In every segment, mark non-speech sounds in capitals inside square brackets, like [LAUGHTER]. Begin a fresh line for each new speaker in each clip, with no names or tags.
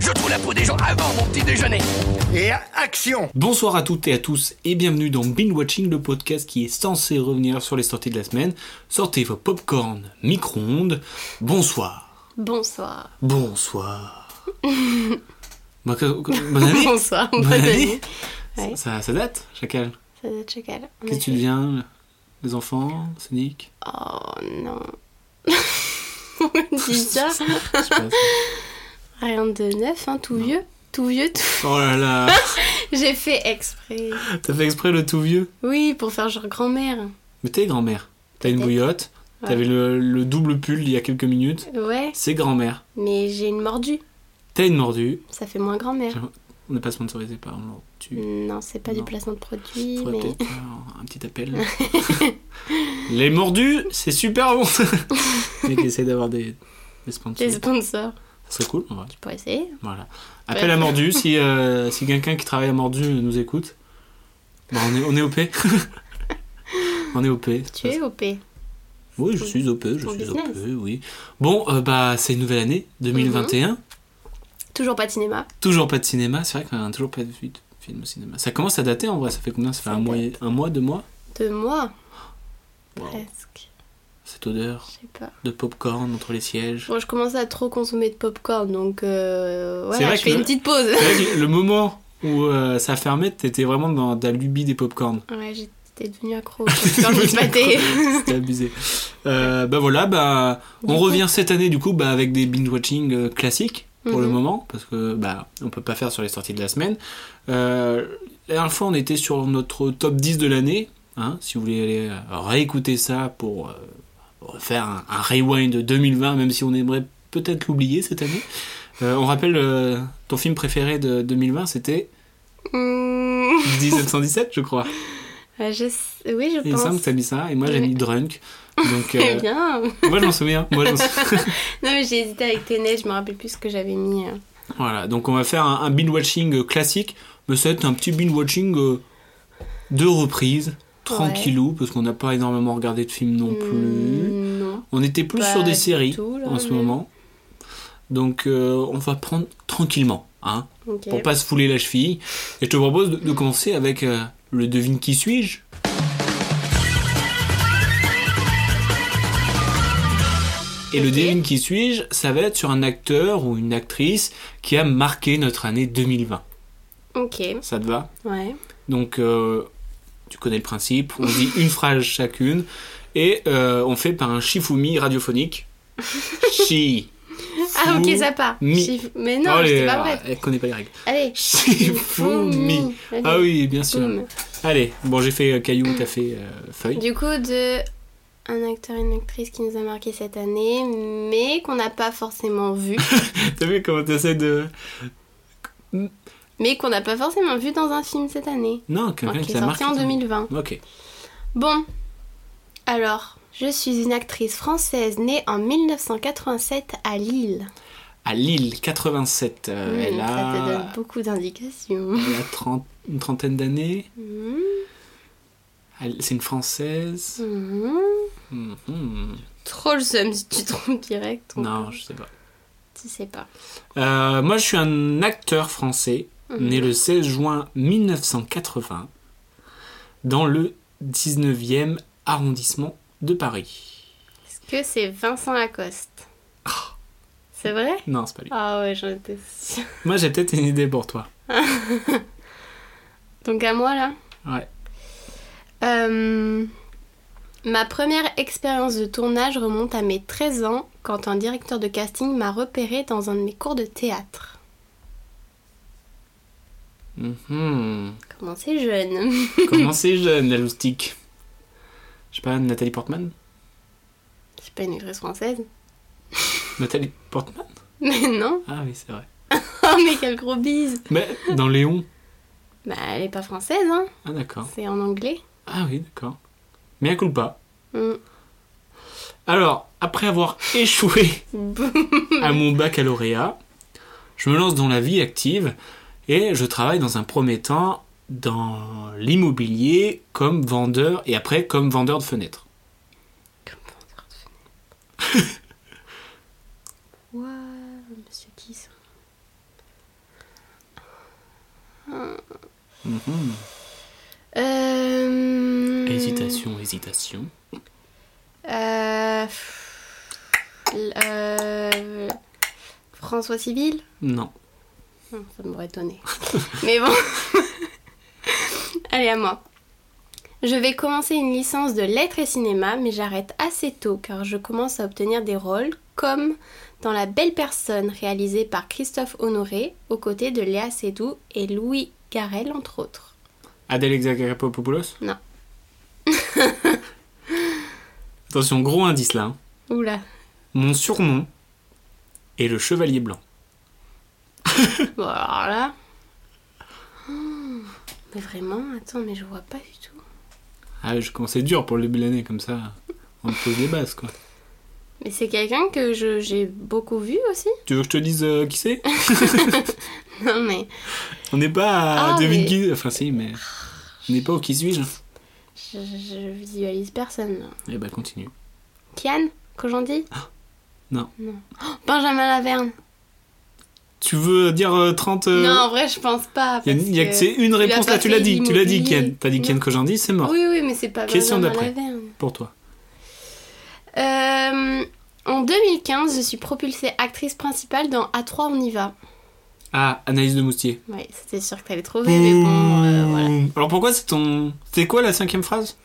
Je trouve la peau des gens avant mon petit déjeuner.
Et action
Bonsoir à toutes et à tous et bienvenue dans Binge Watching, le podcast qui est censé revenir sur les sorties de la semaine. Sortez vos popcorn, micro-ondes. Bonsoir.
Bonsoir.
Bonsoir. Bon- bonne
[LAUGHS]
année.
[LAUGHS] Bonsoir.
Bonne année.
Ouais.
Ça, ça date, chacal.
Ça doit être chacal. en
Qu'est-ce que tu
effet.
deviens Les enfants Sonic
Oh non.
[LAUGHS]
Déjà,
Qu'est-ce qui se passe
rien de neuf, hein, tout vieux. Tout vieux, tout.
Oh là là
[LAUGHS] J'ai fait exprès.
T'as fait exprès le tout vieux
Oui, pour faire genre grand-mère.
Mais t'es grand-mère. T'as une
Peut-être.
bouillotte.
Ouais.
T'avais le, le double pull il y a quelques minutes.
Ouais,
C'est grand-mère.
mais j'ai une mordue.
T'as une mordue.
Ça fait moins grand-mère.
On n'est pas sponsorisé par une mordue.
Non, c'est pas
Non.
du placement de produit,
Faudrait
mais.
peut-être faire un petit
[LAUGHS]
appel. Les mordus, c'est super
[LAUGHS]
bon Mec, essaye d'avoir des, des sponsors.
Des sponsors.
Ça serait cool. ouais.
Tu pourrais essayer.
Voilà. Appel à mordu, si, euh, si quelqu'un qui travaille à mordu nous écoute. Bah, on, est, on est OP. [LAUGHS] on est OP.
Tu es OP.
Oui, je suis OP, je
Ton
suis
business.
OP, oui. Bon, euh, bah, c'est une nouvelle année, 2021.
Mhm. Toujours pas de cinéma.
Toujours pas de cinéma, c'est vrai qu'on a toujours pas de fi- film au cinéma. Ça commence à dater en vrai, ça fait combien Ça fait
Ça
un mois,
date.
un mois, deux mois
De moi.
Wow.
Presque.
Cette odeur
Je sais pas.
de popcorn entre les sièges.
Bon, je commence à trop consommer de popcorn, donc euh,
C'est vrai
voilà, je
que
fais
le-
une petite pause.
C'est vrai que le moment où euh, ça fermait, t'étais vraiment dans de la lubie des popcorn.
Ouais, j'étais devenue accro [LAUGHS] au popcorn du pâté.
[LAUGHS] C'était abusé. Euh, bah voilà, bah, on
Du coup-
revient cette année du coup bah, avec des binge-watching euh, classiques pour le
Mhm.
moment, parce que bah, on peut pas faire sur les sorties de la semaine. Euh, la dernière fois, on était sur notre top 10 de l'année. hein, si vous voulez aller euh, réécouter ça pour euh, faire un, un rewind de 2020, même si on aimerait peut-être l'oublier cette année. Euh, on rappelle euh, ton film préféré de 2020, c'était
Mmh.
1917, je crois.
[LAUGHS] Ouais, je sais- Oui, je
Il me semble que
pense.
t'as mis ça, et moi j'ai
Oui.
mis Drunk.
[LAUGHS]
Donc,
Très
euh,
bien. Non,
moi je m'en souviens. Moi, je m'en souviens.
mais j'ai hésité avec Téné, je me rappelle plus ce que j'avais mis. euh.
Voilà, donc on va faire un, un binge-watching euh, classique, mais ça va être un petit binge-watching euh, de reprise, tranquillou, parce qu'on n'a pas énormément regardé de films non plus.
Mmh, non.
On était plus
Pas
sur des
du
séries
tout, là,
en ce
mais-
moment. Donc euh, on va prendre tranquillement, hein,
Ok.
pour pas se fouler la cheville. Et je te propose de, de commencer avec euh, le devine qui suis-je Et le
Ok.
devine qui suis-je, ça va être sur un acteur ou une actrice qui a marqué notre année 2020.
Ok,
Ça te va
ouais.
Donc, euh, tu connais le principe. On dit une phrase chacune. Et euh, on fait par un shifumi
[LAUGHS]
radiophonique. Shi.
Ah, ok, ça part.
Mi.
Chiff- Mais non,
Oh, les-
j'étais pas
ah,
prête.
Elle connaît pas les règles. [LAUGHS]
Allez.
Shifumi. Ah oui, bien sûr.
Boum.
Allez, bon, j'ai fait euh, caillou, t'as fait euh, feuille.
Du coup, de un acteur et une actrice qui nous a marqué cette année, mais qu'on n'a pas
[LAUGHS]
forcément vu,
T'as vu comment t'essaies de.
mais qu'on n'a pas forcément vu dans un film cette année,
Non, quelqu'un
alors
qui
qui est
t'a
sorti
marqué.
en 2020.
Ok.
Bon, alors, je suis une actrice française née en 1987 à Lille.
À Lille, 87. euh,
Hmm,
elle,
Ça te donne
a...
beaucoup d'indications.
elle a 30 une trentaine d'années.
Hmm,
Elle- C'est une Française.
hmm.
Mhm.
Trop le seum si tu te trompes direct. on-
Non, je sais pas.
Tu sais pas.
Euh, moi, je suis un acteur français,
Mm-hmm.
né le 16 juin 1980, dans le 19e arrondissement de Paris.
Hmm. Est-ce que c'est Vincent Lacoste
Oh.
C'est vrai
Non, c'est pas lui.
Ah ouais, j'en étais sûre.
Moi, j'ai peut-être une idée pour toi.
Donc à moi là
Ouais.
Euh, Ma première expérience de tournage remonte à mes 13 ans quand un directeur de casting m'a repéré dans un de mes cours de théâtre.
Mhm.
Comment c'est jeune [LAUGHS]
Comment c'est jeune, la loustique Je sais pas, Nathalie Portman
C'est pas une actrice française [LAUGHS]
Nathalie Portman
Mais non [LAUGHS]
Ah oui, c'est vrai.
Oh mais quel gros bise
Mais dans Léon
Bah elle est pas française hein
Ah d'accord.
C'est en anglais [LAUGHS]
Ah oui, d'accord. Mea culpa.
Mm.
Alors, après avoir échoué à mon baccalauréat, je me lance dans la vie active et je travaille dans un premier temps dans l'immobilier comme vendeur et après comme vendeur de fenêtres.
Comme vendeur de fenêtres. Ouah, monsieur qui ça Euh,
Hésitation, hésitation.
euh, l- euh, François Civil
Non.
Non, Hum, Ça m'aurait étonné. [LAUGHS] Mais bon. Allez, à moi. Je vais commencer une licence de lettres et cinéma, mais j'arrête assez tôt car je commence à obtenir des rôles comme dans La Belle Personne, réalisée par Christophe Honoré, aux côtés de Léa Seydoux et Louis Garel, entre autres.
Adèle Exarchopoulos
Non.
[LAUGHS] Attention, gros indice là. hein.
Oula. [LAUGHS]
Mon surnom est le Chevalier Blanc.
Bon, alors là. [GASPS] Oh, mais vraiment, attends, mais je vois pas du tout.
Ah, je commençais dur pour le début de l'année comme ça. On me pose les bases quoi.
Mais c'est quelqu'un que je- j'ai beaucoup vu aussi. [LAUGHS]
Tu veux que je te dise euh, qui c'est
Non, mais
On n'est pas à
Ah,
David
mais-
Guy. Enfin, si, mais. On n'est pas au qui suis-je.
je, je visualise personne là.
Eh ben, continue.
Kian Kojandi
Ah, non.
Oh, Benjamin Laverne
Tu veux dire euh, 30. euh,
Non, en vrai, je pense pas.
il y a-
parce
il y a
que
que c'est une
il a
réponse
pas
là, tu
fait
l'as dit. Tu l'as dit,
l'immobilier.
Ken. T'as dit Ken Kojandi, c'est mort.
Oui, oui, mais c'est pas
Question
Benjamin
d'après.
Laverne.
Pour toi.
Euh, en 2015, je suis propulsée actrice principale dans A3, on y va.
Ah, analyse de moustier.
Ouais, c'était sûr que t'allais trouver, mais bon,
Mmh.
euh, voilà.
Alors pourquoi c'est ton. C'était quoi la cinquième phrase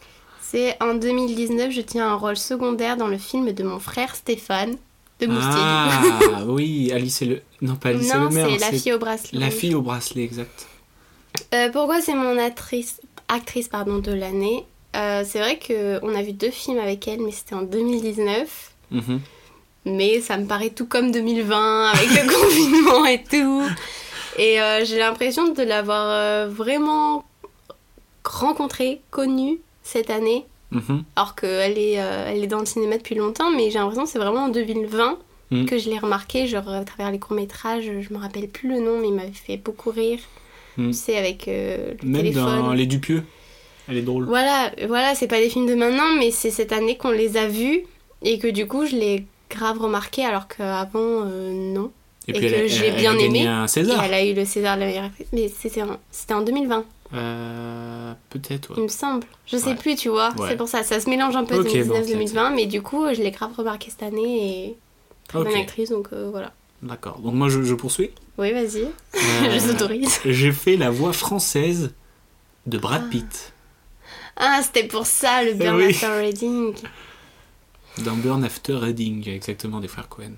C'est en 2019, je tiens un rôle secondaire dans le film de mon frère Stéphane, de Moustique.
Ah oui, Alice et le. Non, pas Alice et
non,
le maire.
c'est La fille au bracelet.
La fille au bracelet, exact.
Euh, pourquoi c'est mon actrice, actrice pardon, de l'année Euh, C'est vrai qu'on a vu deux films avec elle, mais c'était en 2019.
Mhm.
Mais ça me paraît tout comme 2020, avec le confinement et tout. Et euh, j'ai l'impression de l'avoir euh, vraiment rencontrée, connue cette année.
Mhm.
Alors qu'elle est, euh, elle est dans le cinéma depuis longtemps, mais j'ai l'impression que c'est vraiment en 2020
Mm.
que je l'ai remarqué, genre à travers les courts-métrages, je me rappelle plus le nom, mais il m'avait fait beaucoup rire.
Mm.
Tu sais, avec euh, le
Même
téléphone.
dans Les Dupieux. Elle est drôle.
Voilà, voilà, c'est pas des films de maintenant, mais c'est cette année qu'on les a vus et que du coup je l'ai grave remarqué, alors qu'avant, euh, non. et
puis elle,
que
a-
j'ai
elle
bien
a gagné
aimé.
un
Et
César.
elle a eu le César de la meilleure actrice, mais c'était en, c'était en 2020,
Euh, Peut-être,
il
ouais.
me semble. Je sais
Ouais.
plus, tu vois,
Ouais.
c'est pour ça, ça se mélange un peu
Ok, bon,
2019-2020, mais du coup je l'ai grave remarqué cette année et très bonne
Ok.
actrice, donc euh, voilà.
D'accord. Donc moi, je, je
[LAUGHS]
poursuis.
Oui, vas-y,
Euh,
je s'autorise.
J'ai fait la voix française de Brad Pitt
Ah, c'était pour ça le Burn
Eh oui.
After
[LAUGHS]
Reading.
dans Burn After Reading, exactement, des frères Cohen.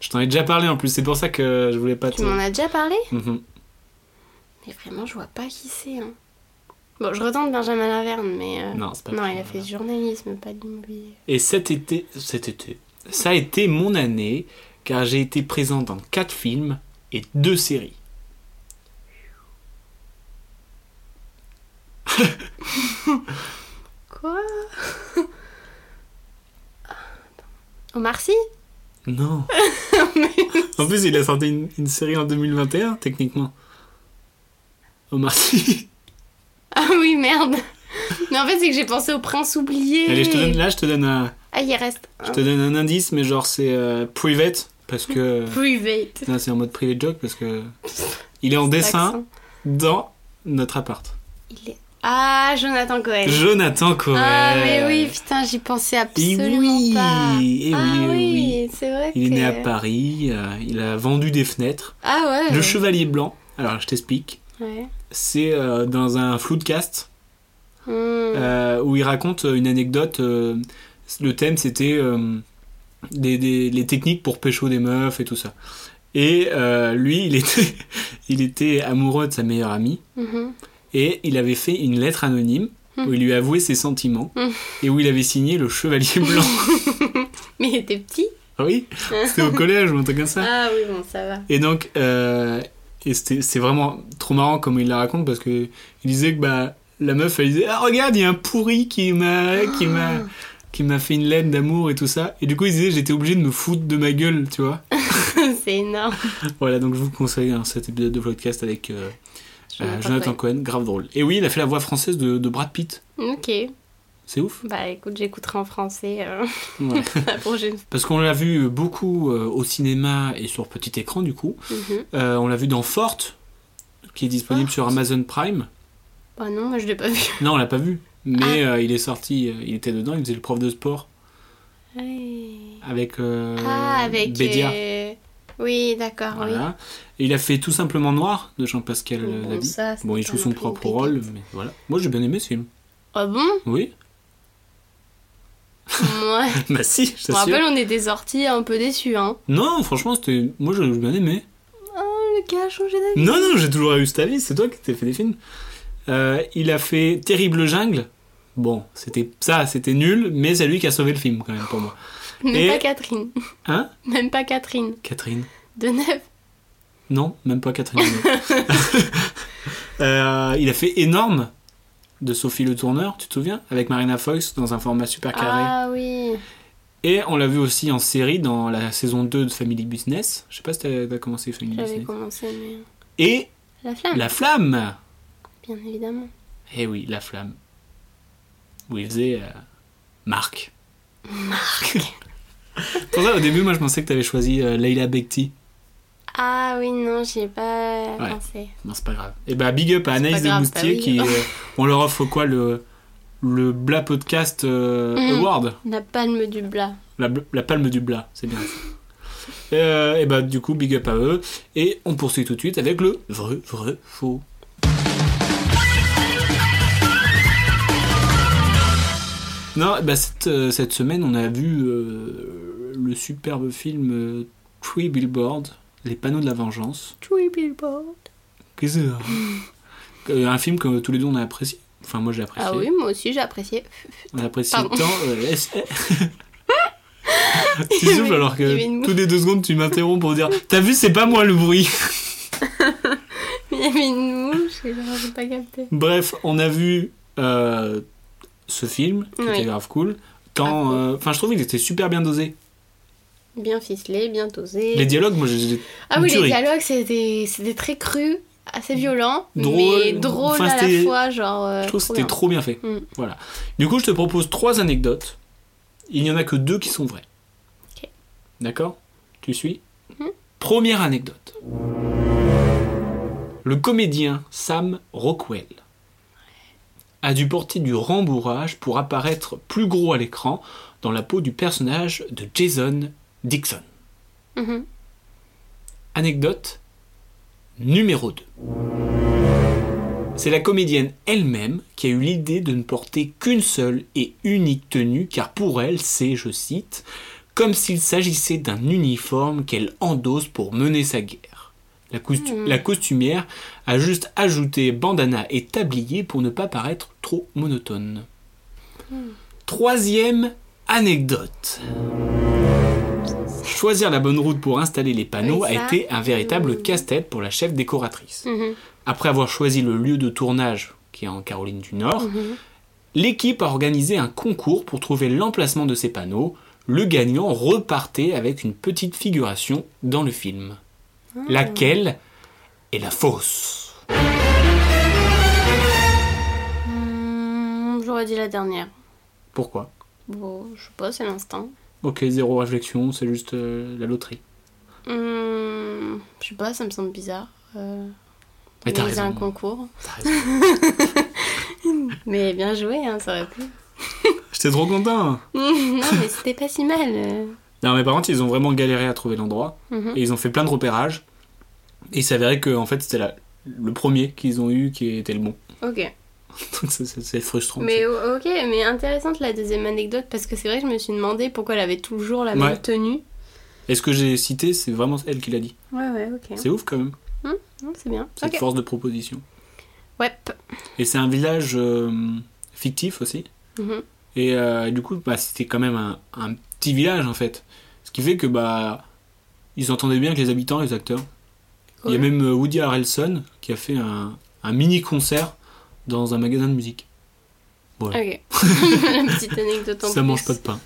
Je t'en ai déjà parlé en plus, c'est pour ça que je voulais pas te.
Tu m'en as déjà parlé
Mhm.
Mais vraiment, je vois pas qui c'est. hein. Bon, je retente Benjamin Laverne, mais. euh,
Non, c'est pas
Non,
pour-
il a fait du journalisme, pas de l'immobilier.
Et cet été, cet été, ça a été mon année, car j'ai été présent dans quatre films et deux séries.
Quoi [LAUGHS] Ah, Omar Sy [LAUGHS]
Non. en plus, il a sorti une, une série en 2021, techniquement. Omar Sy.
Ah oui, merde [LAUGHS] Mais en fait, c'est que j'ai pensé au prince oublié.
Allez, je te donne là, je te donne un,
Ah, il reste
je
un.
te donne un indice, mais genre c'est euh, private parce que
Private.
non, c'est en mode private joke parce que il est en dessin
L'accent.
dans notre appart.
Il est... Ah, Jonathan Cohen.
Jonathan Cohen.
Ah, mais oui, putain, j'y pensais
Et
absolument
oui,
pas.
eh
ah
oui, eh oui.
oui, c'est vrai
Il est
que-
né à Paris, euh, il a vendu des fenêtres.
Ah ouais.
Le Chevalier Blanc, alors je t'explique,
Ouais.
c'est euh, dans un flou de cast
Hmm.
euh, où il raconte euh, une anecdote. euh, le thème c'était euh, des, des- les techniques pour pécho des meufs et tout ça. Et euh, lui, il était, [LAUGHS] il était amoureux de sa meilleure amie
Mhm.
et il avait fait une lettre anonyme où il lui avouait ses sentiments
Mm.
et où il avait signé le Chevalier Blanc.
Mais il était petit.
Ah oui, c'était au collège ou un truc comme ça.
Ah oui, bon, ça va. [LAUGHS]
Et donc, euh, et c'était- c'est vraiment trop marrant comme il la raconte parce que il disait que bah, la meuf, elle disait Ah, regarde, il y a un pourri qui m'a. qui m'a. qui m'a fait une laine d'amour et tout ça. Et du coup, il disait j'étais obligé de me foutre de ma gueule, tu vois.
c'est énorme.
Voilà, donc je vous conseille hein, cet épisode de podcast avec euh, euh,
Jonathan
Jonathan Cohen, grave drôle. Et oui, il a fait la voix française de, de Brad Pitt.
Ok.
C'est ouf.
Bah écoute, j'écouterai en français euh, [LAUGHS]
Ouais.
la prochaine fois.
[LAUGHS] Parce qu'on l'a vu beaucoup euh, au cinéma et sur petit écran, du coup.
Mhm.
Euh, on l'a vu dans Forte, qui est disponible sur Amazon Prime.
Bah non, moi je l'ai pas vu.
Non, on l'a pas vu. Mais
Ah.
euh, il est sorti, euh, il était dedans, il faisait le prof de sport
Ouais.
avec, euh,
ah, avec.
Bédia.
euh, Oui, d'accord, oui.
Voilà. Et il a fait tout simplement Noir de Jean-Pascal euh,
Bon,
Labi.
Oh, ça, c'est
Bon, il
pas
joue
non
son
plus une
propre
pépite.
rôle, mais voilà. Moi, j'ai bien aimé ce film.
Ah bon
Oui [LAUGHS]
Moi,
Bah si, je
je me rappelle,
t'assure.
on était sortis un peu déçus, hein.
Non, franchement, c'était... Moi, j'ai j'ai bien aimé.
Le gars a changé d'avis.
Non, non, j'ai toujours eu cette avis, c'est toi qui t'es fait des films. Euh, il a fait Terrible Jungle. Bon, c'était ça, c'était nul, mais c'est lui qui a sauvé le film, quand même, pour moi.
Même
Mmh. Et-
pas Catherine.
Hein
[LAUGHS] Même pas Catherine.
Catherine
De neuf.
Non, même pas Catherine. Euh, il a fait Énorme de Sophie Le Tourneur, tu te souviens Avec Marina Foïs dans un format super carré.
Ah oui.
Et on l'a vu aussi en série dans la saison 2 de Family Business. Je sais pas si t'as t'as commencé Family
J'avais
Business.
commencé, mais.
Et
La flamme,
Mmh. La Flamme
bien évidemment.
Eh oui, La Flamme. Où il faisait euh, Marc. [LAUGHS] Marc Pour ça, au début, moi, je pensais que tu avais choisi euh, Leila Bekti.
Ah oui, non, j'y ai pas
Ouais.
pensé.
Non, c'est pas grave. Et bah, big up à
pas
Anaïs de
grave,
Moustier
bah oui.
qui.
[LAUGHS]
euh, on leur offre quoi Le, le Bla Podcast euh,
Mm.
Award
La palme du blas.
la, bl- la palme du Bla, c'est bien [LAUGHS] ça. Euh, et bah, du coup, big up à eux. Et on poursuit tout de suite avec le vrai, vrai, faux. Non, bah cette, euh, cette semaine, on a vu euh, le superbe film euh, Three Billboards, Les panneaux de la vengeance.
Three billboards.
Qu'est-ce que c'est Euh, Un film [LAUGHS] que tous les deux on a apprécié. Enfin, moi j'ai apprécié.
Ah oui, moi aussi j'ai apprécié. [LAUGHS]
On apprécie le
Pardon.
temps. euh, laisse-
[LAUGHS]
[LAUGHS] tu souffles alors
Il y avait une
que
mouche.
toutes les deux secondes tu m'interromps pour
[LAUGHS]
dire T'as vu, c'est pas moi le bruit. [LAUGHS]
Il y avait une mouche et genre j'ai pas capté.
Bref, on a vu euh, ce film qui
Oui.
était grave cool. Quand,
Ah, cool.
euh, enfin, je trouve qu'il était super bien dosé.
Bien ficelé, bien dosé.
Les dialogues, moi, j'ai
ah oui,
tueries.
les dialogues c'était c'était très cru, assez violent,
Drôle.
mais drôle
Enfin,
à
c'était-
la fois. Genre, euh,
je trouve que
trop
c'était
bien.
trop bien fait.
Mm.
Voilà. Du coup, je te propose trois anecdotes. Il n'y en a que deux qui sont vraies.
Ok.
D'accord Tu suis
Mhm.
Première anecdote. Le comédien Sam Rockwell a dû porter du rembourrage pour apparaître plus gros à l'écran dans la peau du personnage de Jason Dixon.
Mhm.
Anecdote numéro 2. C'est la comédienne elle-même qui a eu l'idée de ne porter qu'une seule et unique tenue car pour elle c'est, je cite, comme s'il s'agissait d'un uniforme qu'elle endosse pour mener sa guerre. La, costu- la costumière a juste ajouté bandana et tablier pour ne pas paraître trop monotone. Troisième anecdote. Choisir la bonne route pour installer les panneaux a
Oui, ça.
été un véritable
Mm.
casse-tête pour la chef décoratrice.
Mhm.
Après avoir choisi le lieu de tournage, qui est en Caroline du Nord, l'équipe a organisé un concours pour trouver l'emplacement de ces panneaux. Le gagnant repartait avec une petite figuration dans le film. Laquelle est la fausse
Hmm, J'aurais dit la dernière.
Pourquoi
Bon, je sais pas, c'est l'instant.
Ok, zéro réflexion, c'est juste euh, la loterie.
Hmm, je sais pas, ça me semble bizarre. Euh,
Mais t'as
d'organiser un
raison.
concours.
T'as raison.
[LAUGHS] Mais bien joué, hein, ça
[LAUGHS]
aurait pu.
J'étais trop content
non, mais c'était pas si mal. euh.
Non, mes parents, ils ont vraiment galéré à trouver l'endroit.
Mhm.
Et ils ont fait plein de repérages. Et il s'avérait que, en fait, c'était la- le premier qu'ils ont eu qui était le bon. [LAUGHS]
Ok.
Donc, ça, ça, c'est frustrant.
Mais o- ok, mais intéressante la deuxième anecdote parce que c'est vrai, que je me suis demandé pourquoi elle avait toujours la
Ouais.
même tenue.
Et ce que j'ai cité, c'est vraiment elle qui l'a dit.
Ouais, ouais, ok.
C'est ouf quand même,
Non, C'est bien.
cette
Ok.
force de proposition.
Ouais. p-
Et c'est un village euh, fictif aussi.
Mhm.
Et euh, du coup, bah, c'était quand même un, un petit village en fait. Ce qui fait que bah, ils entendaient bien que les habitants, les acteurs. Il y a
Cool.
même euh, Woody Harrelson qui a fait un, mini concert dans un magasin de musique. Voilà.
Ok. [LAUGHS] La petite anecdote en
Ça
plus.
mange pas de pain.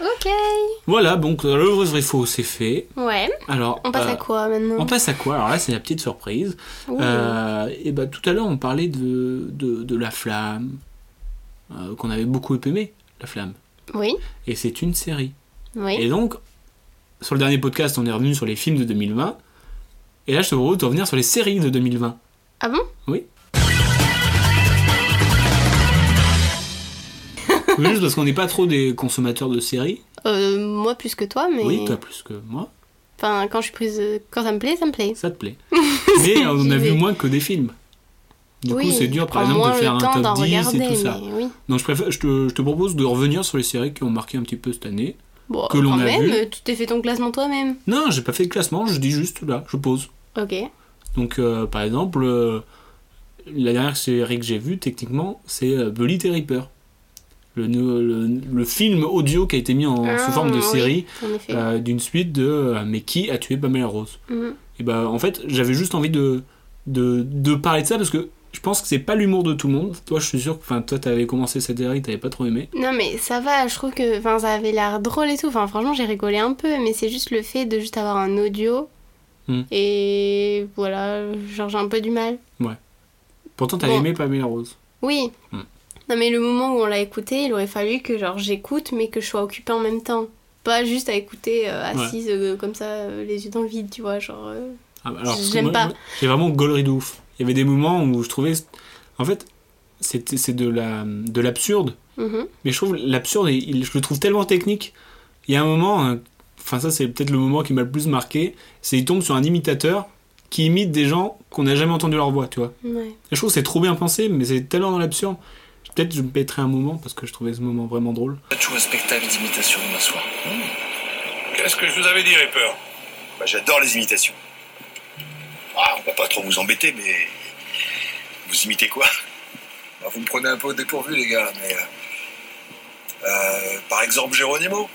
Ok.
Voilà, donc euh, le vrai faux, c'est fait.
Ouais.
Alors,
On passe
euh,
à quoi maintenant
on passe à quoi Alors là, c'est la petite surprise.
Ouh.
et bah, tout à l'heure, on parlait de, de, de La Flamme, euh, qu'on avait beaucoup aimé, La Flamme.
Oui.
Et c'est une série.
Oui.
Et donc, sur le dernier podcast, on est revenu sur les films de 2020. Et là, je te propose de revenir sur les séries de
[LAUGHS]
2020.
Ah bon
Oui Juste parce qu'on n'est pas trop des consommateurs de séries.
Euh, Moi plus que toi, mais.
Oui, toi plus que moi.
Enfin, quand je suis prise, euh, quand ça me plaît, ça me plaît.
Ça te
[LAUGHS]
plaît. Mais euh, on a
J'y
vu
vais.
moins que des films. Du
oui,
coup, c'est
je
dur, par
prends
exemple,
moins
de faire
le
un
temps d'en
top 10
regarder,
et tout ça.
mais oui.
Donc, je, préfère, je, te, je te propose de revenir sur les séries qui ont marqué un petit peu cette année.
Bon,
Que l'on
quand
a
même,
vu.
euh, tu t'es fait ton classement toi-même.
Non, j'ai pas fait de classement, je dis juste là, je pose.
Ok.
Donc, euh, par exemple, euh, la dernière série que j'ai vue, techniquement, c'est euh, Bully the Reaper. Le, nou- le, le film audio qui a été mis en,
Ah,
sous forme de
oui,
série
En effet.
euh, d'une suite de euh, Mais qui a tué Pamela Rose
Mhm.
Et ben en fait, j'avais juste envie de, de, de parler de ça parce que je pense que c'est pas l'humour de tout le monde. Toi, je suis sûr que enfin, toi, t'avais commencé cette série, t'avais pas trop aimé.
Non mais ça va, je trouve que enfin, ça avait l'air drôle et tout. Enfin franchement j'ai rigolé un peu, mais c'est juste le fait de juste avoir un audio.
Hmm.
Et voilà, genre j'ai un peu du mal.
Pourtant, t'avais
Bon.
aimé Pamela Rose.
Oui.
Hmm.
Non mais le moment où on l'a écouté, il aurait fallu que genre j'écoute mais que je sois occupée en même temps. Pas juste à écouter euh, assise euh, comme ça, euh, les yeux dans le vide, tu vois, genre... euh.
Ah, alors, parce que
J'aime
moi,
pas.
moi, J'ai vraiment gaulerie de ouf. Il y avait des moments où je trouvais. En fait, c'était- c'est de la- de l'absurde.
Mhm.
mais je trouve l'absurde, il- il- je le trouve tellement technique. Il y a un moment, hein, enfin ça c'est peut-être le moment qui m'a le plus marqué, c'est il tombe sur un imitateur qui imite des gens qu'on n'a jamais entendu leur voix, tu vois.
Ouais.
Et je trouve que c'est trop bien pensé, mais c'est tellement dans l'absurde. Peut-être je me péterai un moment parce que je trouvais ce moment vraiment drôle.
Je joue un spectacle d'imitation demain soir.
Hmm.
Qu'est-ce que je vous avais dit, Ripper
Bah, J'adore les imitations. Ah, on va pas trop vous embêter, mais. Vous imitez quoi Bah, vous me prenez un peu au dépourvu, les gars, mais. euh, euh, par exemple, Géronimo.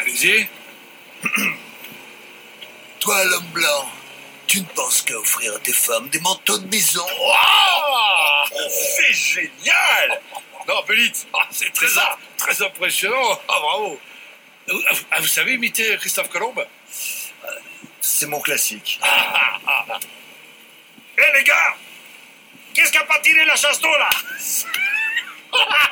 Allez-y.
[CLEARS THROAT] Toi, l'homme blanc, tu ne penses qu'à offrir à tes femmes des manteaux de bison.
Waouh C'est génial Non, Belite, [LAUGHS] ah, c'est très,
ça.
très impressionnant. Ah, bravo. Ah, vous- ah, vous savez imiter Christophe Colomb Ah,
C'est mon classique.
Eh les gars Qu'est-ce qu'a pas tiré la chasse d'eau
[LAUGHS]
là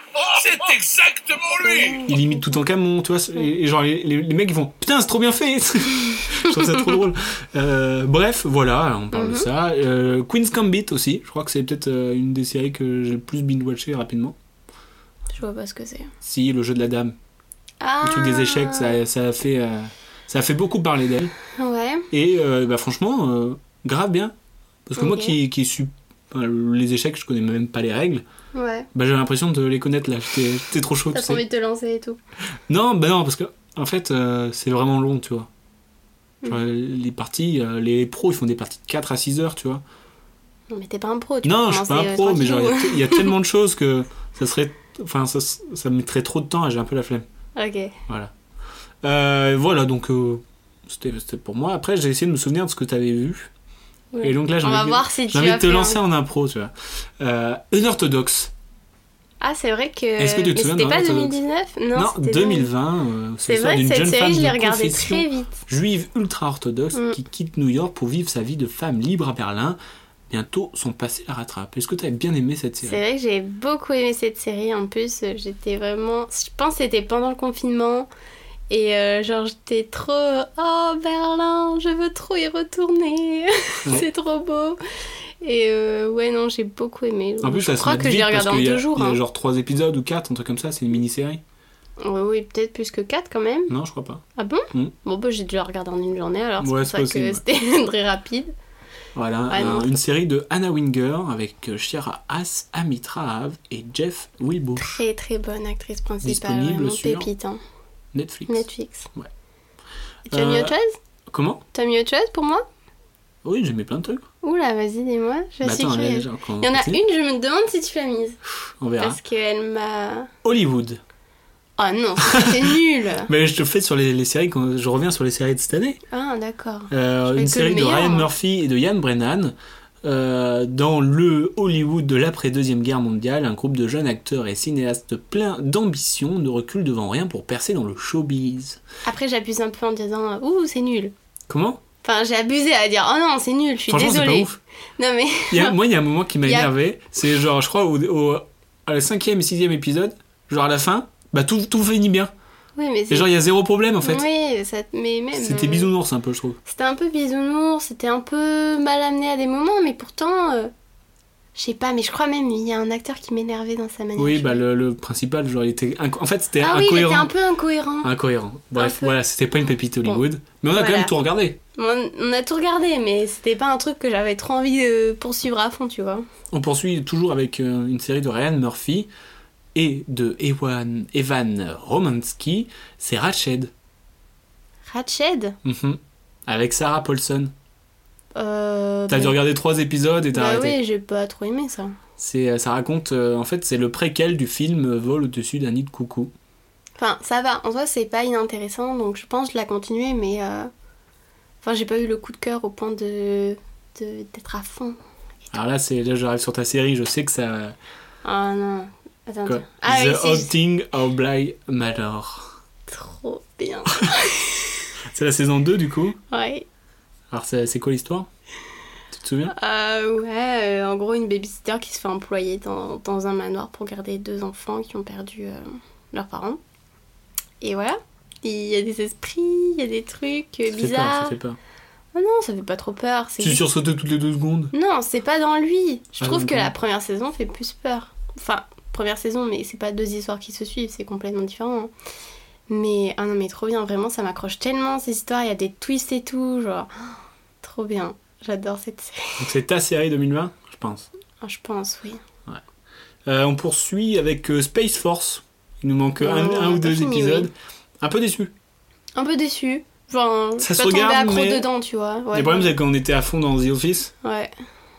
[LAUGHS] C'est exactement lui
Il imite tout en camon, tu vois. c'est- Et, et genre les, les- les mecs ils font putain c'est trop bien
[LAUGHS]
fait. je trouve ça trop drôle. Euh, bref, voilà, on
Mhm.
parle de ça. Euh, Queen's Gambit aussi, je crois que c'est peut-être euh, une des séries que j'ai le plus binge-watché rapidement.
Je vois pas ce que c'est.
Si, le jeu de la dame.
Ah
le truc des échecs, ça, ça a fait, euh, ça a fait beaucoup parler d'elle.
Ouais.
Et euh, bah, franchement, euh, grave bien. Parce que moi
Ok.
qui, qui suis. enfin, les échecs, je connais même pas les règles.
Ouais.
Bah, j'ai l'impression de les connaître là. J'étais j'étais trop chaud.
T'as
tu
trop
sais.
envie de te lancer et tout.
Non, bah non, parce que en fait, euh, c'est vraiment long, tu vois.
Hmm.
Genre, Les parties, euh, les pros, ils font des parties de 4 à 6 heures, tu vois.
Non mais t'es pas un pro, tu
non,
peux
je suis pas
commencer,
un
euh,
pro, mais genre, il y a
tranquillou.
te- il y, a tellement de choses que ça serait. Enfin, ça, ça me mettrait trop de temps et j'ai un peu la flemme.
Ok.
Voilà. Euh, voilà, donc euh, c'était c'était pour moi. Après, j'ai essayé de me souvenir de ce que tu avais vu.
Ouais.
Et donc là, j'ai
On va
envie-
voir si tu
j'ai envie
as
de te
fait
lancer
un-
en impro, tu vois. Euh, Unorthodoxe.
Ah, c'est vrai que.
Est-ce que tu te
mais
souviens
c'était
de
pas
Renato
2019 Non,
Non,
c'était
2020. euh,
C'est
l'histoire
vrai que
d'une
cette
jeune
série,
femme
je
de
l'ai regardée
confession
très vite.
Juive ultra-orthodoxe
Mm.
qui quitte New York pour vivre sa vie de femme libre à Berlin. Bientôt, son passé la rattrape. Est-ce que tu as bien aimé cette
C'est
série
vrai que j'ai beaucoup aimé cette série. En plus, euh, j'étais vraiment. Je pense que c'était pendant le confinement. Et euh, genre, j'étais trop. Oh, Berlin, je veux trop y retourner. [LAUGHS] c'est trop beau. Et euh, ouais, non, j'ai beaucoup aimé.
En plus,
je
ça se
crois
mate
que je
vite
l'ai
parce
regardé en
qu'il y a-
deux jours.
Il y a
hein.
genre 3 épisodes ou 4, un truc comme ça. C'est une mini-série
Ouais, oui, peut-être plus que quatre quand même.
Non, je crois pas.
Ah bon
Mm.
Bon, bah, j'ai dû la regarder en une journée alors.
Ouais, c'est
c'est pour ça
possible,
que
ouais.
c'était [LAUGHS] très rapide.
Voilà,
Ouais,
un-
Ah, non.
une série de Anna Winger avec euh, Shira Haas, Amit Rahav et Jeff Wilbush.
Très très bonne actrice principale.
Disponible
Vraiment
sur
pépite. hein.
Netflix.
Netflix.
Ouais.
Tu as mis
Euh,
autre chose
Comment
T'as mis autre chose pour moi
Oui, j'ai mis plein de trucs.
Oula, vas-y, dis-moi. Je
Bah,
suis
attends,
curieuse.
euh, quand on
Il y en a
continue,
une, je me demande si tu l'as mise.
On verra.
Parce qu'elle m'a.
Hollywood.
Oh non,
[LAUGHS]
c'est nul
Mais je te fais sur les, les séries, quand je reviens sur les séries de cette année.
Ah, d'accord.
Euh,
Je fais
une
que le
série de
meilleur, hein.
Ryan
moi.
Murphy et de Ian Brennan. euh, dans le Hollywood de l'après-deuxième guerre mondiale, un groupe de jeunes acteurs et cinéastes pleins d'ambition ne recule devant rien pour percer dans le showbiz.
Après, j'abuse un peu en disant euh, Ouh, c'est nul.
Comment
Enfin, j'ai abusé à dire Oh non, c'est nul, je suis
Franchement, c'est pas
désolée.
ouf.
Non, mais.
[LAUGHS] Il y a- moi, il y a un moment qui m'a
Il y a-
énervé. C'est genre, je crois, au, au- à la cinquième et sixième épisode, genre à la fin, bah tout, tout finit bien.
[LAUGHS] Oui, mais c'est.
Et genre, il y a zéro problème en fait.
Oui, ça... mais même.
C'était
euh,
bisounours un peu, je trouve.
C'était un peu bisounours, c'était un peu mal amené à des moments, mais pourtant. euh, Je sais pas, mais je crois même il y a un acteur qui m'énervait dans sa manière.
Oui,
de
bah
jouer.
le, le principal, genre, il était. inco- En fait, c'était
Ah oui, il
incohérent. Ah
était un peu incohérent.
Incohérent. Bref,
Un peu.
voilà, c'était pas une pépite Hollywood. Mais on a quand
Voilà.
même tout regardé.
On, on a tout regardé, mais c'était pas un truc que j'avais trop envie de poursuivre à fond, tu vois.
On poursuit toujours avec euh, une série de Ryan Murphy et de Ewan, Evan Romansky. C'est Ratched.
Ratched
Mhm. Avec Sarah Paulson.
euh,
T'as
bah-
dû regarder trois épisodes et t'as
Bah
arrêté.
oui, j'ai pas trop aimé ça.
C'est, euh, ça raconte, euh, en fait, c'est le préquel du film euh, Vol au-dessus d'un nid de coucou.
Enfin, ça va, en soi, c'est pas inintéressant, donc je pense la continuer, mais. euh, Enfin, j'ai pas eu le coup de cœur au point de. de- d'être à fond.
Alors là, c'est, là, j'arrive sur ta série, je sais que ça.
Ah non. Attends.
quoi.
attends. Ah oui,
The
c'est juste
Haunting of Bly Manor.
trop bien.
C'est la saison 2 du coup.
Ouais.
Alors c'est, c'est quoi l'histoire Tu te souviens
Euh, ouais, euh, en gros, une babysitter qui se fait employer dans, dans un manoir pour garder deux enfants qui ont perdu euh, leurs parents. Et voilà. Il y a des esprits, il y a des trucs
Ça
euh,
fait peur,
bizarres.
ça fait peur.
Oh non, ça fait pas trop peur. c'est
Tu
juste-
sursautais toutes les deux secondes.
Non, c'est pas dans lui. Je
Ah,
trouve
donc
que
non.
la première saison fait plus peur. Enfin, première saison, mais c'est pas deux histoires qui se suivent, c'est complètement différent. hein. Mais ah non, mais trop bien, vraiment, ça m'accroche tellement ces histoires. Il y a des twists et tout, genre [GASPS] oh, trop bien. J'adore cette série.
Donc c'est ta série 2020, je pense.
Ah, je pense, oui.
Euh, on poursuit avec euh, Space Force. Il nous manque
Non,
un,
on
un
a
ou
pas
deux
fini,
épisodes. Un peu déçu.
Un peu déçu. Enfin,
Ça
je suis
se
pas tombée
regarde,
accro
mais-
dedans, tu vois. Ouais.
Le problème c'est qu'on était à fond dans The Office. [LAUGHS]
Ouais.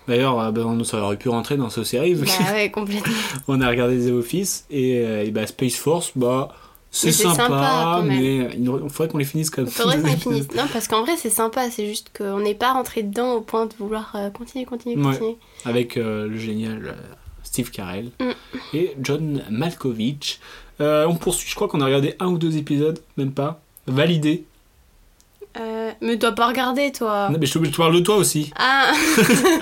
D'ailleurs, euh, ben, on ça aurait pu rentrer dans ce série.
Bah ouais, complètement.
[LAUGHS] on a regardé The Office et, euh, et bah, Space Force, bah, c'est
Mais c'est
sympa,
sympa, quand même.
mais il nous- il faudrait qu'on les finisse comme euh, ça. [LAUGHS]
Faudrait qu'on finisse. Non, parce qu'en vrai, c'est sympa. C'est juste qu'on n'est pas rentré dedans au point de vouloir euh, continuer, continuer,
Ouais.
continuer.
Avec euh, le génial euh, Steve Carell
Mm.
et John Malkovich. Euh, on poursuit, je crois qu'on a regardé un ou deux épisodes, même pas. Validé.
Euh, mais dois pas regarder, toi.
Non, Ah, mais je te, je te parle de toi aussi. [LAUGHS]
Ah [LAUGHS]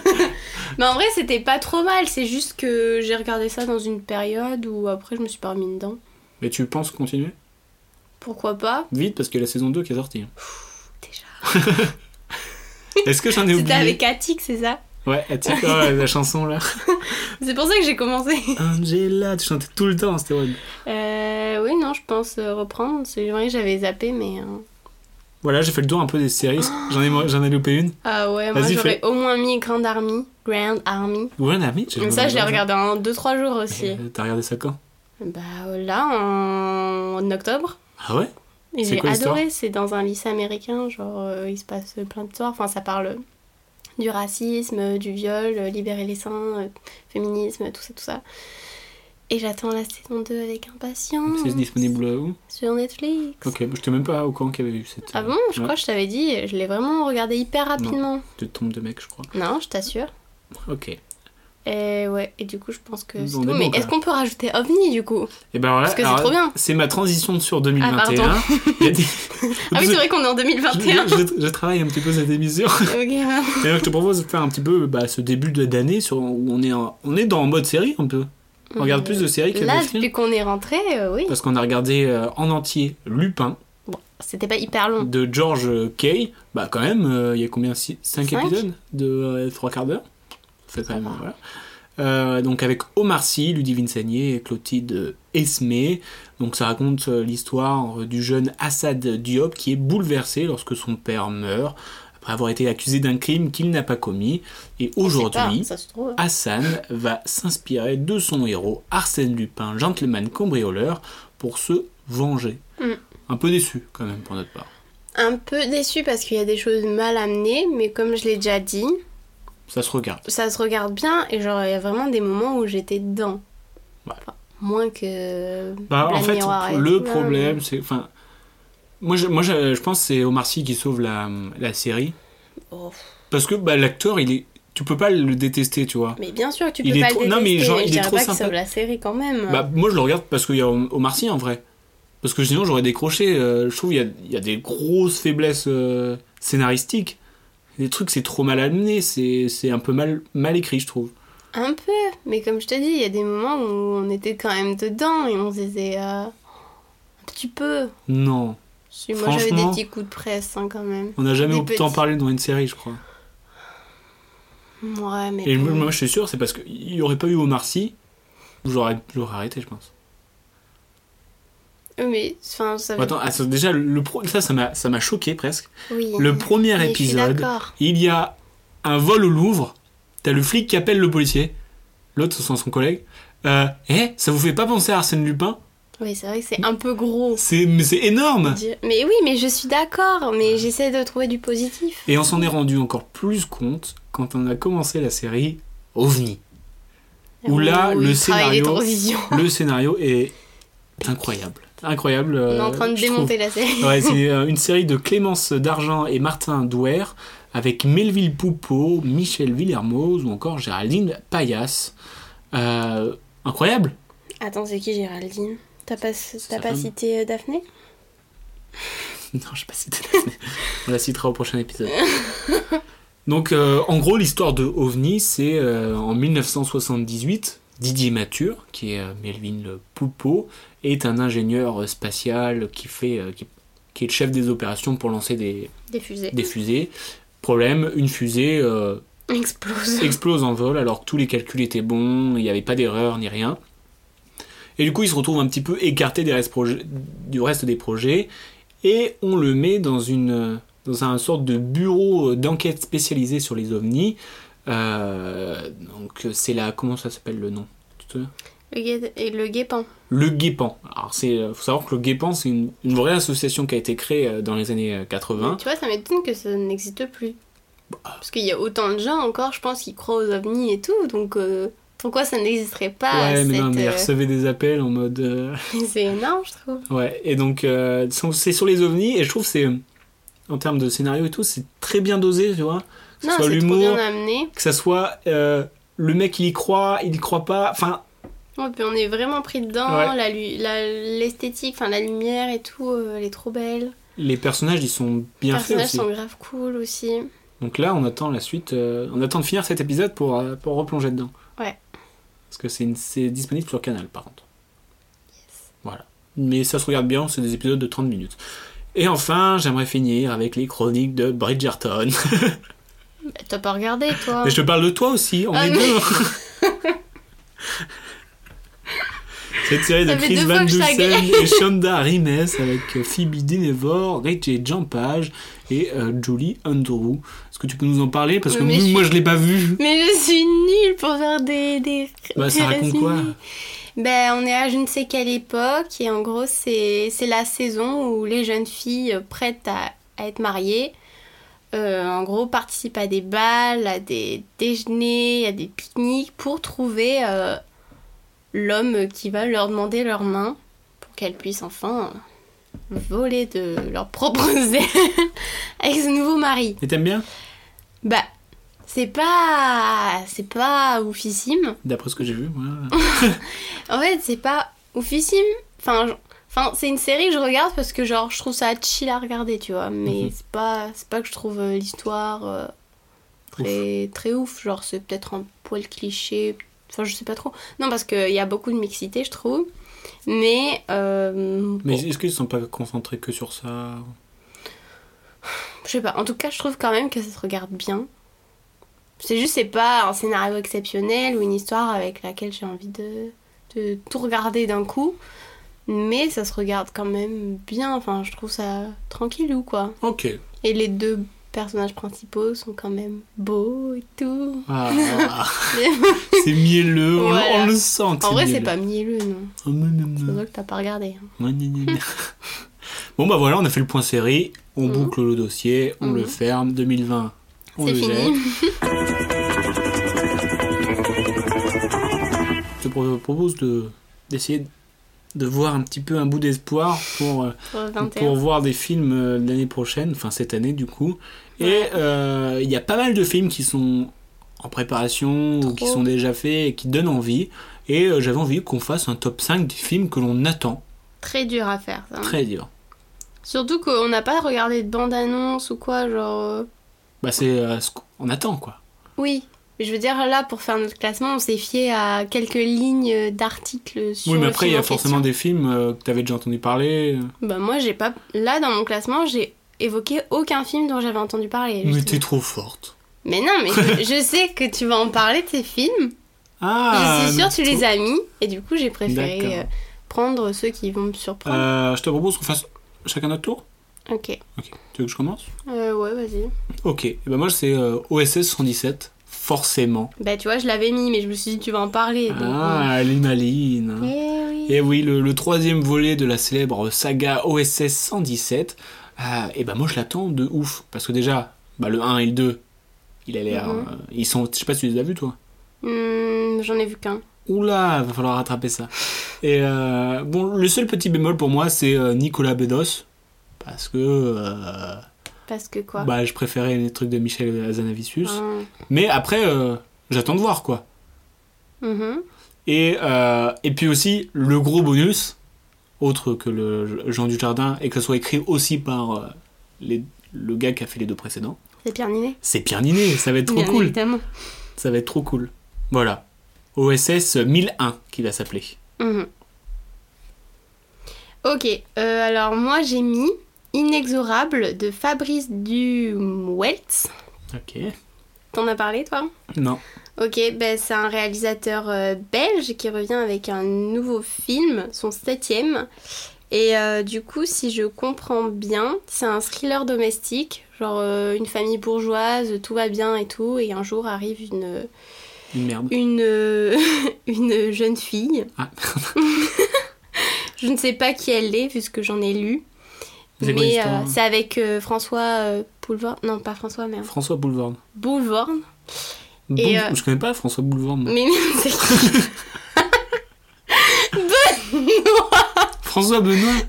Mais en vrai, c'était pas trop mal, c'est juste que j'ai regardé ça dans une période où après je me suis pas remis dedans.
Mais tu penses continuer
Pourquoi pas
Vite, parce que la saison 2 qui est sortie.
Déjà.
[LAUGHS] Est-ce que j'en ai
C'était
oublié
avec Attic, c'est ça
Ouais, Attic, oh, la chanson
[LAUGHS]
là.
C'est pour ça que j'ai commencé. [LAUGHS]
Angela, tu chantais tout le temps, c'était horrible.
Euh, oui, non, je pense euh, reprendre. C'est vrai que j'avais zappé, mais. euh,
Voilà, j'ai fait le tour un peu des séries. J'en ai, j'en ai loupé une.
Ah ouais, moi
Vas-y,
j'aurais au moins mis Grand Army. Grand Army.
Ou un ami. j'ai
Comme ça, je l'ai
regardé.
regardé en 2-3 jours aussi.
Euh, T'as regardé ça quand
Bah là, en, en octobre.
Ah ouais
Et
C'est
j'ai
quoi l'histoire
adoré, c'est dans un lycée américain, genre euh, il se passe plein de histoires, enfin ça parle du racisme, euh, du viol, euh, libérer les seins, euh, féminisme, tout ça, tout ça. Et j'attends la saison 2 avec impatience.
C'est disponible où
Sur Netflix.
Ok, je t'ai même pas au courant qu'il y avait eu cette.
Ah bon Je
Ouais,
crois que je t'avais dit, je l'ai vraiment regardé hyper rapidement.
Tu te trompes de mec, je crois.
Non, je t'assure.
Ok. Eh
Et Eh ouais, et du coup je pense que c'est
On est
tout.
bon,
Mais
quand
est-ce
même.
qu'on peut rajouter OVNI du coup Ah
Et ben voilà.
Parce que c'est
alors,
trop bien.
C'est ma transition sur 2021.
[LAUGHS] Ah,
Il y a des-
Ah oui, c'est vrai qu'on est en 2021.
Je, je- je travaille un petit peu cette émission. [LAUGHS]
Ok. hein.
Et donc, je te propose de faire un petit peu bah, ce début de- d'année sur où on est, en- on est dans en mode série un peu. On regarde plus de séries que
Là,
de films.
depuis qu'on est rentré, euh, oui.
Parce qu'on a regardé euh, en entier Lupin
Bon, c'était pas hyper long.
de George Kay. Bah quand même, euh, il y a combien 5
Cinq.
épisodes de euh, trois quarts d'heure Ça fait quand même, voilà. Euh, donc avec Omar Sy, Ludivine Sagné et Clotilde Esmé. Donc ça raconte euh, l'histoire euh, du jeune Assad Diop qui est bouleversé lorsque son père meurt après avoir été accusé d'un crime qu'il n'a pas commis. Et aujourd'hui,
Oh, hein, Ça se trouve.
Hassan va s'inspirer de son héros Arsène Lupin, gentleman cambrioleur, pour se venger.
Mm.
Un peu déçu quand même pour notre part.
Un peu déçue parce qu'il y a des choses mal amenées, mais comme je l'ai déjà dit,
Ça se regarde.
ça se regarde bien et genre il y a vraiment des moments où j'étais dedans.
Ouais.
Enfin, moins que.
Bah, en
Black
fait,
Mirror et
le
tout, hein, là,
problème, c'est. Enfin, moi, je, moi je, je pense que c'est Omar Sy qui sauve la, la série.
mais- Oh,
Parce que bah, l'acteur, il est. tu- tu peux pas le détester, tu vois.
Mais bien sûr, que tu peux
Il est
pas
trop-
le
non,
détester.
mais genre,
je
il est
dirais
trop
pas que
sympa.
ça sauve la série quand même.
Bah, moi, je le regarde parce qu'il y a Omar Sy en vrai. Parce que sinon, j'aurais décroché. Euh, je trouve il y a, il y a des grosses faiblesses euh, scénaristiques. Des trucs, c'est trop mal amené, c'est c'est un peu mal, mal écrit, je trouve.
Un peu, mais comme je te dis, il y a des moments où on était quand même dedans et on se disait euh, un petit peu.
Non.
Si, Moi j'avais des
Franchement.
petits coups de presse hein, quand même.
On n'a jamais
Des
autant
petits.
parlé dans une série, je crois.
Ouais, mais.
Et
bon.
moi, je suis sûr, c'est parce qu'il n'y aurait pas eu Omar Sy, j'aurais j'aurais arrêté, je pense.
Oui, Mais enfin, ça veut-
Attends, attends, déjà, le pro... ça, ça m'a- ça m'a choqué presque.
Oui.
Le premier
Mais je suis
épisode,
d'accord.
il y a un vol au Louvre. T'as le flic qui appelle le policier. L'autre, ce sont son collègue. Euh, eh, ça vous fait pas penser à Arsène Lupin
Oui, c'est vrai que c'est un peu gros.
C'est mais c'est énorme
Dire- Mais oui, mais je suis d'accord, mais j'essaie de trouver du positif.
Et on s'en est rendu encore plus compte quand on a commencé la série OVNI. Où là,
Oui,
le
il travaille les
scénario,
transitions.
le scénario est incroyable. Incroyable. euh,
On est en train de démonter la série.
Ouais, c'est euh, une série de Clémence Dargent et Martin Douer avec Melville Poupeau, Michel Villermoz ou encore Géraldine Payas. Euh, incroyable [LAUGHS]
Attends, c'est qui Géraldine T'as pas,
sa
t'as pas
femme.
cité euh, Daphné
Non, je sais pas si t'as- On la citera au prochain épisode. Donc, euh, en gros, l'histoire de OVNI, c'est euh, en 1978, Didier Mature, qui est euh, Melvin le Poupeau, est un ingénieur euh, spatial qui, fait, euh, qui, qui est le chef des opérations pour lancer des,
Des fusées. [LAUGHS]
des fusées. Problème, une fusée euh,
Explose.
explose en vol alors que tous les calculs étaient bons, il n'y avait pas d'erreur ni rien. Et du coup, il se retrouve un petit peu écarté des restes proje- du reste des projets et on le met dans une dans un sorte de bureau d'enquête spécialisé sur les ovnis. Euh, donc c'est la comment ça s'appelle le nom Tu te souviens
Le, gué- et le guépant.
le Guépan. Alors c'est faut savoir que le Guépan c'est une, une vraie association qui a été créée euh, dans les années euh, 80.
Tu vois, ça m'étonne que ça n'existe plus.
Bah.
Parce qu'il y a autant de gens encore, je pense, qui croient aux ovnis et tout, donc euh, pourquoi ça n'existerait pas
ouais, mais non,
cette,
mais ils
euh,
recevaient des appels en mode euh,
[LAUGHS] C'est énorme, je trouve.
Ouais, et donc euh, sont- c'est sur les ovnis, et je trouve que c'est, en termes de scénario et tout, c'est très bien dosé, tu vois. Que
Non,
ce soit
c'est trop bien
l'humour,
amené.
que ça soit euh, le mec il y croit, il y croit pas, enfin,
Ouais, puis on est vraiment pris dedans,
Ouais.
la lu- la- l'esthétique, enfin la lumière et tout, euh, elle est trop belle.
les personnages ils sont
Les
bien faits
personnages
aussi.
sont grave cool aussi.
Donc là on attend la suite, euh, on attend de finir cet épisode pour, euh, pour replonger dedans.
Ouais.
Parce que c'est, une- c'est disponible sur Canal par contre. Voilà. Mais ça se regarde bien, c'est des épisodes de 30 minutes. Et enfin, j'aimerais finir avec les chroniques de Bridgerton.
Bah, T'as pas regardé, toi
Mais je te parle de toi aussi, on
Ah,
est
mais-
deux.
[LAUGHS]
Cette série de
Ça fait
Chris
deux
Van
fois que je
Dusen
t'agaie.
et Shonda Rhimes avec euh, Phoebe Dinevor, Richie Jampage et euh, Julie Andrew. Est-ce que tu peux nous en parler Parce que
Mais
nous,
je-
moi, je l'ai pas vu.
Mais je suis nulle pour faire des, des,
Bah, ça
des
raconte quoi
résumés. Ben, on est à je ne sais quelle époque et en gros c'est c'est la saison où les jeunes filles euh, prêtes à, à être mariées, euh, en gros participent à des balles, à des déjeuners, à des pique-niques pour trouver euh, l'homme qui va leur demander leur main pour qu'elles puissent enfin euh, voler de leurs propres [LAUGHS] ailes avec ce nouveau mari.
Et t'aimes bien
Bah, c'est pas. C'est pas oufissime.
D'après ce que j'ai vu, moi.
Oh. En fait, c'est pas oufissime. Enfin, je- enfin c'est une série que je regarde parce que, genre, je trouve ça chill à regarder, tu vois. Mais
Mhm.
c'est pas, c'est pas que je trouve euh, l'histoire euh, très, très ouf. Genre, c'est peut-être un poil cliché. Enfin, je sais pas trop. Non, parce qu'il y a beaucoup de mixité, je trouve. Mais. euh,
Mais est-ce qu'ils sont pas concentrés que sur ça
Je sais pas, en tout cas, je trouve quand même que ça se regarde bien. C'est juste, c'est pas un scénario exceptionnel ou une histoire avec laquelle j'ai envie de, de tout regarder d'un coup. Mais ça se regarde quand même bien, enfin, je trouve ça tranquille ou quoi.
Ok.
Et les deux personnages principaux sont quand même beaux et tout.
Ah,
[LAUGHS]
c'est mielleux, on, le-
Voilà.
on le sent. que
En vrai, c'est
mielleux.
pas mielleux, non.
Oh, non, non, non.
C'est vrai que t'as pas regardé. hein.
Ouais, gna, gna, gna. bon bah voilà, on a fait le point série, on
Mhm.
boucle le dossier, on le
Mhm.
ferme, 2020, on
C'est
le jette.
fini. [LAUGHS]
Je te pro- propose de d'essayer de voir un petit peu un bout d'espoir pour, euh,
Pour 21.
pour voir des films euh, l'année prochaine, enfin cette année du coup. Et euh, il y a pas mal de films qui sont en préparation ou qui
Trop.
sont déjà faits et qui donnent envie. Et euh, j'avais envie qu'on fasse un top 5 des films que l'on attend.
Très dur à faire, ça. hein.
Très dur.
Surtout qu'on n'a pas regardé de bande-annonce ou quoi, genre... euh,
Bah, c'est euh, ce qu'on attend, quoi.
Oui, mais je veux dire, là, pour faire notre classement, on s'est fié à quelques lignes d'articles sur
oui, mais
le
après, il
film
y a
en question.
forcément des films euh, que t'avais déjà entendu parler.
Bah moi, j'ai pas... Là, dans mon classement, j'ai évoqué aucun film dont j'avais entendu parler.
Mais
justement.
t'es trop forte.
Mais non,
[LAUGHS]
mais je, je sais que tu vas en parler de ces films.
Ah
je suis sûre que tu
trop-
les as mis. Et du coup, j'ai préféré
D'accord.
euh, prendre ceux qui vont me surprendre.
Euh, je te propose qu'on fasse chacun notre tour.
Ok.
Ok. Tu veux que je commence
Euh, ouais, vas-y.
Ok. Et ben moi, c'est euh, OSS 117, forcément.
Bah tu vois, je l'avais mis, mais je me suis dit, tu vas en parler. donc, euh,
Ah, les malines. hein.
Eh oui.
Et oui, le, le troisième volet de la célèbre saga OSS 117. et ben moi je l'attends de ouf. Parce que déjà, bah, le 1 et le 2, il a l'air.
Mhm.
euh, ils sont. Je sais pas si tu les as vus toi.
Hmm, J'en ai vu qu'un.
Oula, va falloir rattraper ça. Et euh, bon, le seul petit bémol pour moi, c'est euh, Nicolas Bedos. Parce que euh,
Parce que quoi
bah, je préférais les trucs de Michel Azanavicius.
Hein.
Mais après, euh, j'attends de voir quoi.
Mhm.
Et, euh, et puis aussi, le gros bonus, autre que le Jean Dujardin, et que ce soit écrit aussi par euh, les- le gars qui a fait les deux précédents,
C'est Pierre Ninet.
c'est Pierre Ninet, ça va être trop
Bien
cool.
Évidemment.
Ça va être trop cool. Voilà. OSS 1001 qui va s'appeler.
Mhm. Ok, euh, alors moi j'ai mis Inexorable de Fabrice Dumweltz.
Ok.
T'en as parlé toi
Non.
Ok, ben, c'est un réalisateur euh, belge qui revient avec un nouveau film, son septième. Et euh, du coup, si je comprends bien, c'est un thriller domestique, genre euh, une famille bourgeoise, tout va bien et tout, et un jour arrive une,
Une merde.
une, euh, [LAUGHS] une jeune fille.
Ah,
[LAUGHS] Je ne sais pas qui elle est, puisque j'en ai lu.
C'est quoi
Mais
l'histoire
euh, c'est avec euh, François euh, Boulevard. Non, pas François, mais
François Boulevard.
Boulevard. Et, euh, Mm.
Je connais pas François Boulevard. moi.
Mais
[LAUGHS]
c'est qui Benoît
François
[LAUGHS]
Benoît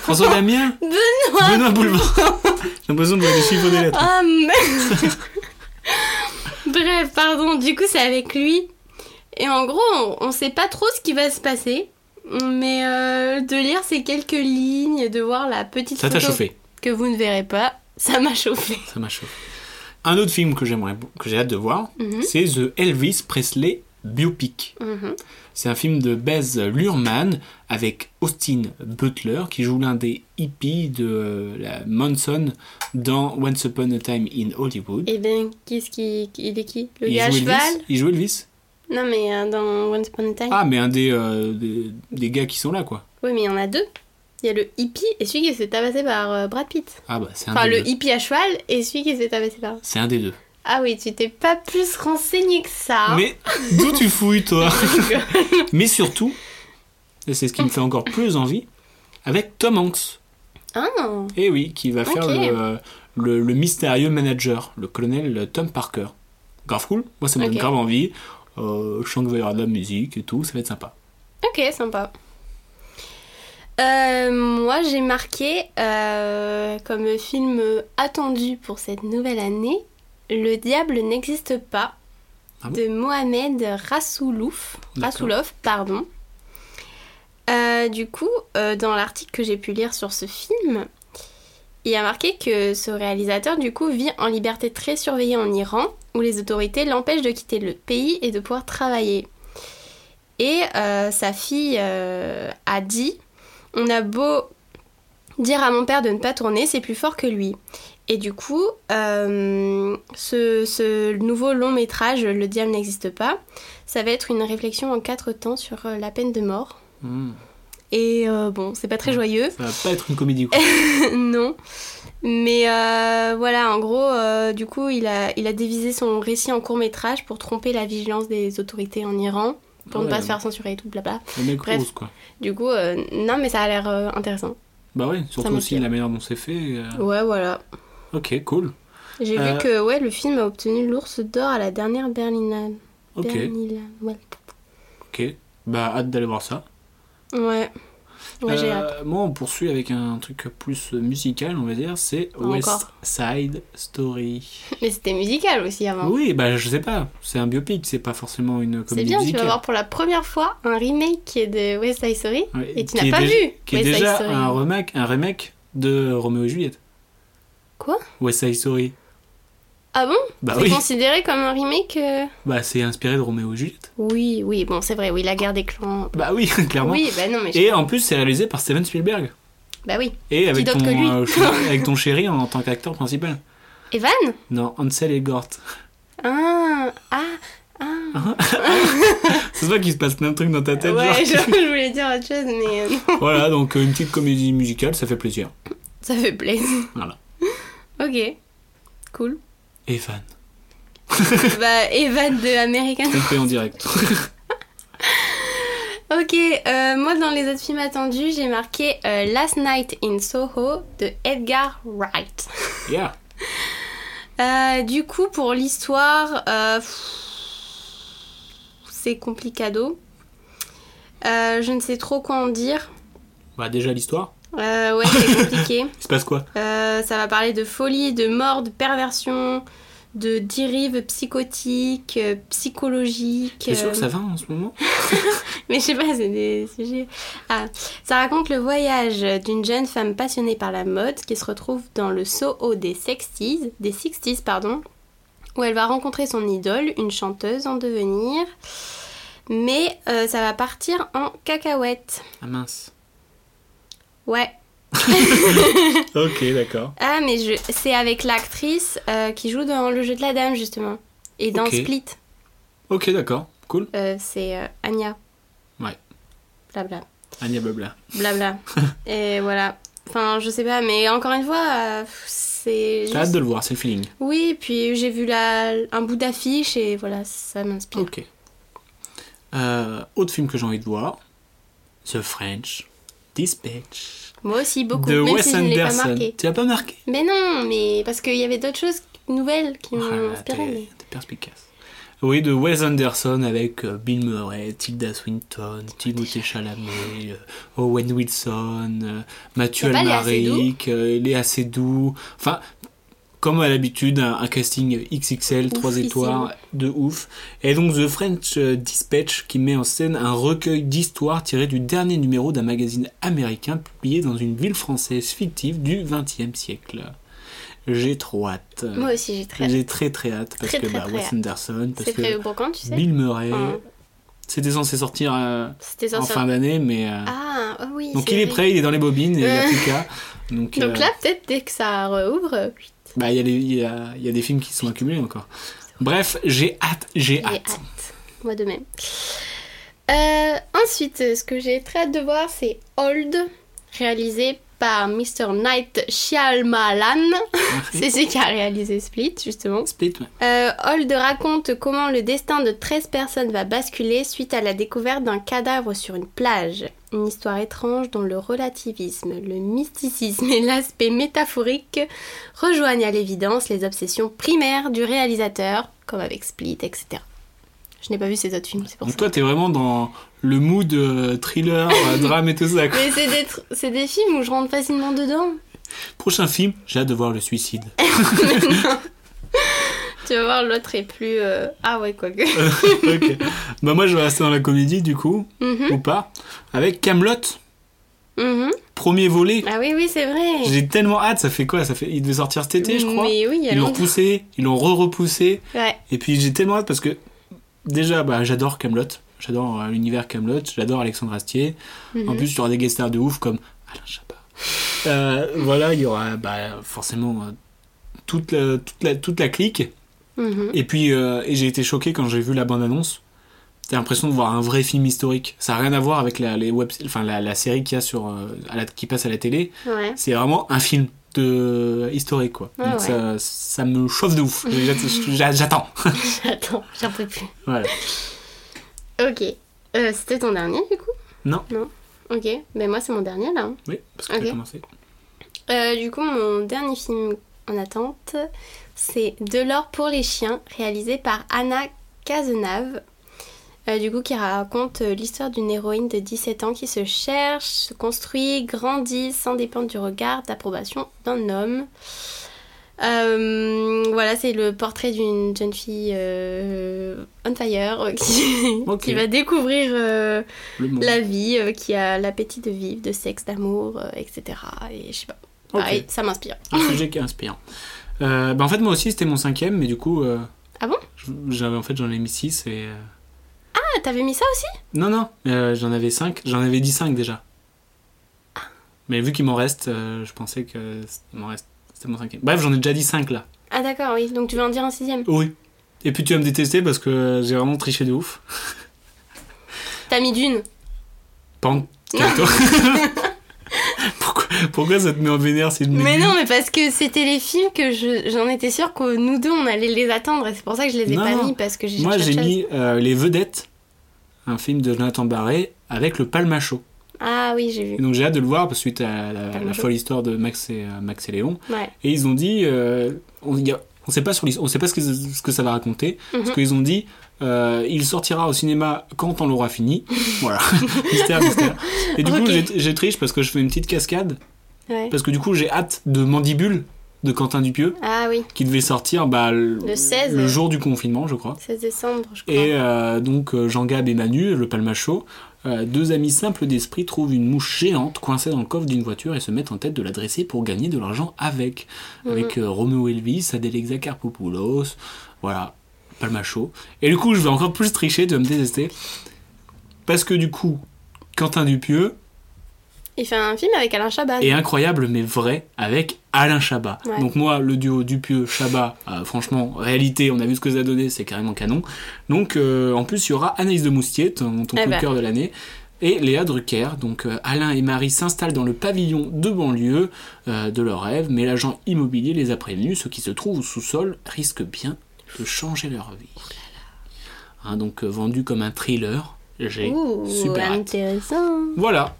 François Damien
Benoît
Benoît Boulevard
[LAUGHS]
J'ai l'impression de voir des chiffres des lettres.
Ah merde [LAUGHS] Bref, pardon, du coup c'est avec lui. Et en gros, on, on sait pas trop ce qui va se passer. Mais euh, de lire ces quelques lignes, et de voir la petite
Ça t'a
photo
chauffé.
que vous ne verrez pas, ça m'a chauffé.
Ça m'a chauffé. Un autre film que j'aimerais, que j'ai hâte de voir,
Mhm.
c'est The Elvis Presley Biopic.
Mhm.
C'est un film de Baz Luhrmann avec Austin Butler qui joue l'un des hippies de euh, la Manson dans Once Upon a Time in Hollywood.
Et bien, Eh ben, qu'est-ce qui. Il est qui Le
Il
gars à
joue Elvis.
cheval
Il joue Elvis.
Non, mais euh, dans Once Upon a Time.
Ah, mais un des, euh, des, des gars qui sont là, quoi.
Oui, mais il y en a deux. Il y a le hippie et celui qui s'est tabassé par euh, Brad Pitt.
Ah, bah, c'est un,
Enfin,
des
le
deux.
hippie à cheval et celui qui s'est tabassé par.
C'est un des deux.
Ah oui, tu t'es pas plus renseigné que ça. hein.
Mais d'où tu fouilles,
[LAUGHS]
toi [LAUGHS] Mais surtout, et c'est ce qui me fait encore plus envie, avec Tom Hanks.
Ah
Eh oui, qui va faire
Ok.
le, le, le mystérieux manager, le colonel Tom Parker. Grave cool, moi ça me
Ok.
donne grave envie. Euh, je sens qu'il va y avoir de la musique et tout, ça va être sympa.
Ok, sympa. Euh, moi, j'ai marqué euh, comme film attendu pour cette nouvelle année Le diable n'existe pas
Ah bon
de Mohamed Rassoulouf,
D'accord.
Rassouloff. Pardon. Euh, du coup, euh, dans l'article que j'ai pu lire sur ce film, il y a marqué que ce réalisateur, du coup, vit en liberté très surveillée en Iran, où les autorités l'empêchent de quitter le pays et de pouvoir travailler. Et euh, sa fille euh, a dit On a beau dire à mon père de ne pas tourner, c'est plus fort que lui. Et du coup, euh, ce, ce nouveau long métrage, Le diable n'existe pas, ça va être une réflexion en quatre temps sur euh, la peine de mort.
Hmm,
Et euh, bon, c'est pas très joyeux. [LAUGHS]
Ça va pas être une comédie quoi.
non. Mais euh, voilà, en gros, euh, du coup, il a, il a dévisé son récit en court métrage pour tromper la vigilance des autorités en Iran, pour ne
Ouais,
pas se faire censurer et tout, blabla.
Le mec
Bref.
rose quoi.
Du coup, euh, non, mais ça a l'air euh, intéressant.
Bah ouais, surtout
me
aussi
plaît.
la manière dont c'est fait. euh,
Ouais, voilà. Oh.
Ok, cool.
J'ai
Euh,
vu que ouais, le film a obtenu l'ours d'or à la dernière Berlinale.
Ok,
Berlinale, ouais.
ok. Bah hâte d'aller voir ça.
Ouais. Ouais, j'ai
Euh,
hâte.
moi, on poursuit avec un truc plus musical, on va dire. C'est
Encore.
West Side Story.
Mais c'était musical aussi avant.
Oui, bah je sais pas. C'est un biopic, c'est pas forcément une
C'est
comédie
bien, tu vas
musicale.
voir pour la première fois un remake qui est de West Side Story.
Ouais,
Et
qui
tu n'as
est
pas
déjà-
vu
Qui est
West Side
déjà
Story.
un remake, un remake de Roméo et Juliette.
Quoi
West Side Story.
Ah bon
Bah
C'est
oui.
considéré comme un remake euh,
Bah c'est inspiré de Roméo et Juliette.
Oui, oui, bon, c'est vrai, oui, la guerre des clans.
Bah oui, [LAUGHS] clairement.
Oui, bah non, mais je-
Et en plus, c'est réalisé par Steven Spielberg.
Bah oui.
Et avec
d'autre
ton,
que lui [LAUGHS]
euh, ch- avec ton chéri en, en tant qu'acteur principal.
Evan
Non, Ansel et Gort. [LAUGHS]
Ah, ah, ah.
C'est pas qu'il se passe plein de trucs dans ta tête.
Ouais,
genre.
[LAUGHS] je, je voulais dire autre chose, mais euh, non.
Voilà, donc euh, une petite comédie musicale, ça fait plaisir.
ça fait plaisir.
Voilà.
[LAUGHS] Ok, cool.
Et fan.
[LAUGHS] bah, Evan de American.
On fait en [LAUGHS] direct.
Ok, euh, moi dans les autres films attendus, j'ai marqué euh, Last Night in Soho de Edgar Wright.
yeah.
Euh, du coup, pour l'histoire, euh, pff, c'est complicado. Euh, je ne sais trop quoi en dire.
Bah déjà l'histoire.
Euh, ouais, [LAUGHS] c'est compliqué.
Il se passe quoi
Euh, ça va parler de folie, de mort, de perversion, de dérive psychotique, euh, psychologique.
T'es sûr
euh,
que ça va en ce moment
Mais je sais pas, c'est des sujets. Ah, ça raconte le voyage d'une jeune femme passionnée par la mode qui se retrouve dans le Soho des 60s, des 60s pardon, où elle va rencontrer son idole, une chanteuse en devenir. Mais euh, ça va partir en cacahuète.
Ah mince.
Ouais.
Ok, d'accord.
Ah, mais je... c'est avec l'actrice euh, qui joue dans Le jeu de la dame, justement. Et dans
Ok.
Split,
Ok, d'accord. Cool.
Euh, c'est euh, Anya.
Ouais.
Blabla.
Anya Blabla. [LAUGHS]
Blabla. Et voilà. Enfin, je sais pas, mais encore une fois, euh, pff, c'est.
T'as hâte
juste-
de le voir, c'est le feeling.
Oui, puis j'ai vu la... un bout d'affiche et voilà, ça m'inspire.
Ok. Euh, autre film que j'ai envie de voir The French Dispatch.
Moi aussi, beaucoup,
de
même
Wes
si je ne l'ai pas
Anderson.
marqué.
Tu l'as pas marqué
Mais non, mais parce qu'il y avait d'autres choses nouvelles qui m'ont
Ah, T'es
inspiré. mais-
t'es perspicace. Oui, de Wes Anderson avec euh, Bill Murray, Tilda Swinton, Timothée Chalamet, euh, Owen Wilson, euh, Mathieu
Y a pas Léa
Almaric, euh, Léa Seydoux. Enfin, comme à l'habitude, un, un casting XXL, 3
Oufissime.
étoiles, de ouf. Et donc The French euh, Dispatch qui met en scène un recueil d'histoires tirées du dernier numéro d'un magazine américain publié dans une ville française fictive du XXe siècle. J'ai trop hâte.
Moi aussi, j'ai très.
J'ai très très hâte parce
Très,
que
très,
bah,
très
Wes
hâte.
Anderson, parce
C'est prévu
que
pour quand, tu sais
Bill Murray,
Hein.
c'était censé sortir euh,
C'était
en
censé.
fin d'année, mais euh,
Ah, oh oui.
donc
c'est
il est
vrai.
prêt, il est dans les bobines et il n'y a
Euh.
plus qu'à. Donc, euh,
Donc là, peut-être dès que ça rouvre, euh,
bah, il y, a les- il y a, il y a des films qui sont accumulés encore. Bref, j'ai hâte, j'ai
j'ai hâte.
hâte.
Moi de même. Euh, ensuite, euh, ce que j'ai très hâte de voir, c'est Old, réalisé par Mr. Night Shyamalan. [LAUGHS] c'est celui qui a réalisé Split, justement.
Hein, Split, ouais.
Euh, Old raconte comment le destin de 13 personnes va basculer suite à la découverte d'un cadavre sur une plage. Une histoire étrange dont le relativisme, le mysticisme et l'aspect métaphorique rejoignent à l'évidence les obsessions primaires du réalisateur, comme avec Split, etc. Je n'ai pas vu ces autres films, c'est
[LAUGHS]
pour
Donc
ça.
toi, t'es vraiment dans le mood euh, thriller,
[LAUGHS]
euh, drame et tout ça. quoi.
Mais c'est des, tr- c'est des films où je rentre facilement dedans.
Prochain film, j'ai hâte de voir le
[LAUGHS]
suicide.
Tu vas voir, l'autre est plus... euh, Ah ouais, quoique.
Ok. Bah moi, je vais rester dans la comédie du coup,
[LAUGHS] Mhm,
ou pas, avec Camelot,
mhm.
premier volet.
Ah oui, oui, c'est vrai.
J'ai tellement hâte, ça fait quoi ça fait... Il devait sortir cet été, je crois.
Mais oui, il y a
Ils l'ont
longtemps.
repoussé, ils l'ont re-repoussé.
Ouais.
Et puis j'ai tellement hâte parce que déjà, bah, j'adore Camelot, j'adore euh, l'univers Camelot, j'adore Alexandre Astier. En
mhm.
plus, il y aura des guest stars de ouf comme Alain Chabat. Euh, voilà, il y aura bah, forcément euh, toute la, toute, la, toute la clique.
Mhm.
Et puis, euh, et j'ai été choqué quand j'ai vu la bande-annonce. T'as l'impression de voir un vrai film historique. Ça n'a rien à voir avec la, les web, enfin, la, la série qu'il y a sur, euh, à la- qui passe à la télé.
Ouais.
C'est vraiment un film de historique quoi.
Ouais,
Donc
ouais.
ça, ça me chauffe de
[LAUGHS]
ouf. J'a- j'a- J'attends. [LAUGHS]
Attends, j'en peux plus.
Voilà.
Ok. Euh, C'était ton dernier du coup
Non.
Non. Ok. Ben moi c'est mon dernier là.
Oui, parce que
Ok.
t'as commencé.
Euh, du coup mon dernier film en attente, c'est De l'or pour les chiens, réalisé par Anna Cazenave. euh, du coup qui raconte euh, l'histoire d'une héroïne de 17 ans qui se cherche, se construit, grandit sans dépendre du regard d'approbation d'un homme. Euh, voilà, c'est le portrait d'une jeune fille euh, on fire [LAUGHS] euh, qui,
Ok.
qui va découvrir euh,
Le monde.
la vie, euh, qui a l'appétit de vivre, de sexe, d'amour, euh, etc. Et je sais pas.
Ok.
Pareil, ça m'inspire.
Un sujet qui est inspirant. Euh, bah, en fait, moi aussi, c'était mon cinquième, mais du coup. euh,
Ah bon
je- J'avais en fait, j'en ai mis six et. euh,
Ah, t'avais mis ça aussi
Non, non, euh, j'en avais cinq. J'en avais dit cinq déjà. Mais vu qu'il m'en reste, euh, je pensais que c- il m'en reste. C'était mon cinquième. Bref, j'en ai déjà dit cinq là.
Ah d'accord, oui. Donc tu veux en dire un sixième
Oui. Et puis tu vas me détester parce que euh, j'ai vraiment triché de ouf.
T'as mis d'une.
Pan.
[LAUGHS]
[LAUGHS] pourquoi, pourquoi ça te met en vénère si je mets
Mais
du-
non, mais parce que c'était les films que je- j'en étais sûre que nous deux on allait les attendre et c'est pour ça que je les ai
Non,
pas
non.
mis parce que j'ai
Moi, j'ai
cherché à-
mis euh, Les Vedettes, un film de Jonathan Barré avec le Palmacho.
Ah oui, j'ai
Et
vu.
donc j'ai hâte de le voir parce que suite à la, la
Palmacho.
folle histoire de Max et, euh, Max et Léon.
Ouais.
Et ils ont dit, euh, on y a- on sait pas sur l'his- on sait pas ce que, ce que ça va raconter,
Mhm.
parce qu'ils ont dit, euh, il sortira au cinéma quand on l'aura
[LAUGHS]
fini. voilà, [LAUGHS] mystère, mystère. Et du
Ok.
coup, j'ai- j'ai triche parce que je fais une petite cascade,
ouais.
parce que du coup, j'ai hâte de Mandibule de Quentin Dupieux,
Ah oui,
qui devait sortir bah, le,
Le 16.
le jour du confinement, je crois.
16 décembre, je crois.
Et euh, donc euh, Jean Gab et Manu, le palmacho, euh, deux amis simples d'esprit trouvent une mouche géante coincée dans le coffre d'une voiture et se mettent en tête de la dresser pour gagner de l'argent avec. Avec euh, Romeo Elvis, Adelexa Carpopoulos, voilà, palmacho. Et du coup, je vais encore plus tricher, tu vas me détester. Parce que du coup, Quentin Dupieux
Il fait un film avec Alain Chabat.
est incroyable mais vrai avec Alain Chabat.
Ouais.
Donc moi, le duo Dupieux-Chabat, euh, franchement, réalité, on a vu ce que ça donnait, c'est carrément canon. Donc euh, en plus, il y aura Anaïs de Moustier, ton, ton
Eh
coup de
ben.
cœur de l'année. Et Léa Drucker, donc euh, Alain et Marie s'installent dans le pavillon de banlieue euh, de leur rêve, mais l'agent immobilier les a prévenus, ceux qui se trouvent au sous-sol risquent bien de changer leur vie.
Oh
Hein, donc euh, vendu comme un thriller, j'ai
Ouh,
super hâte.
intéressant.
Voilà.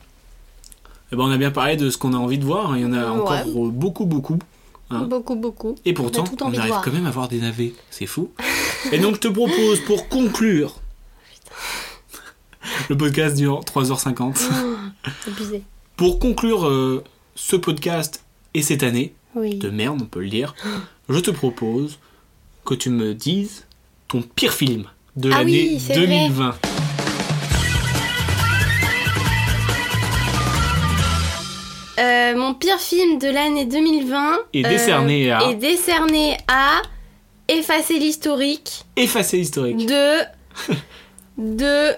Eh ben, on a bien parlé de ce qu'on a envie de voir. Il y en a
Ouais.
encore euh, beaucoup, beaucoup. Hein
Beaucoup, beaucoup.
Et
On
pourtant,
a tout
on
envie de
arrive
voir.
quand même à voir des navets. C'est fou. [LAUGHS] Et donc, je te propose, pour conclure, [LAUGHS] le podcast dure
[LAUGHS]
3h50.
Abusé.
Pour conclure euh, ce podcast et cette année
Oui.
de merde, on peut le
[GASPS]
dire, je te propose que tu me dises ton pire film de
Ah
l'année
oui, c'est vrai.
2020.
Euh, mon pire film de l'année 2020
Est décerné à-
est euh, décerné à effacer l'historique
Effacé historique.
de de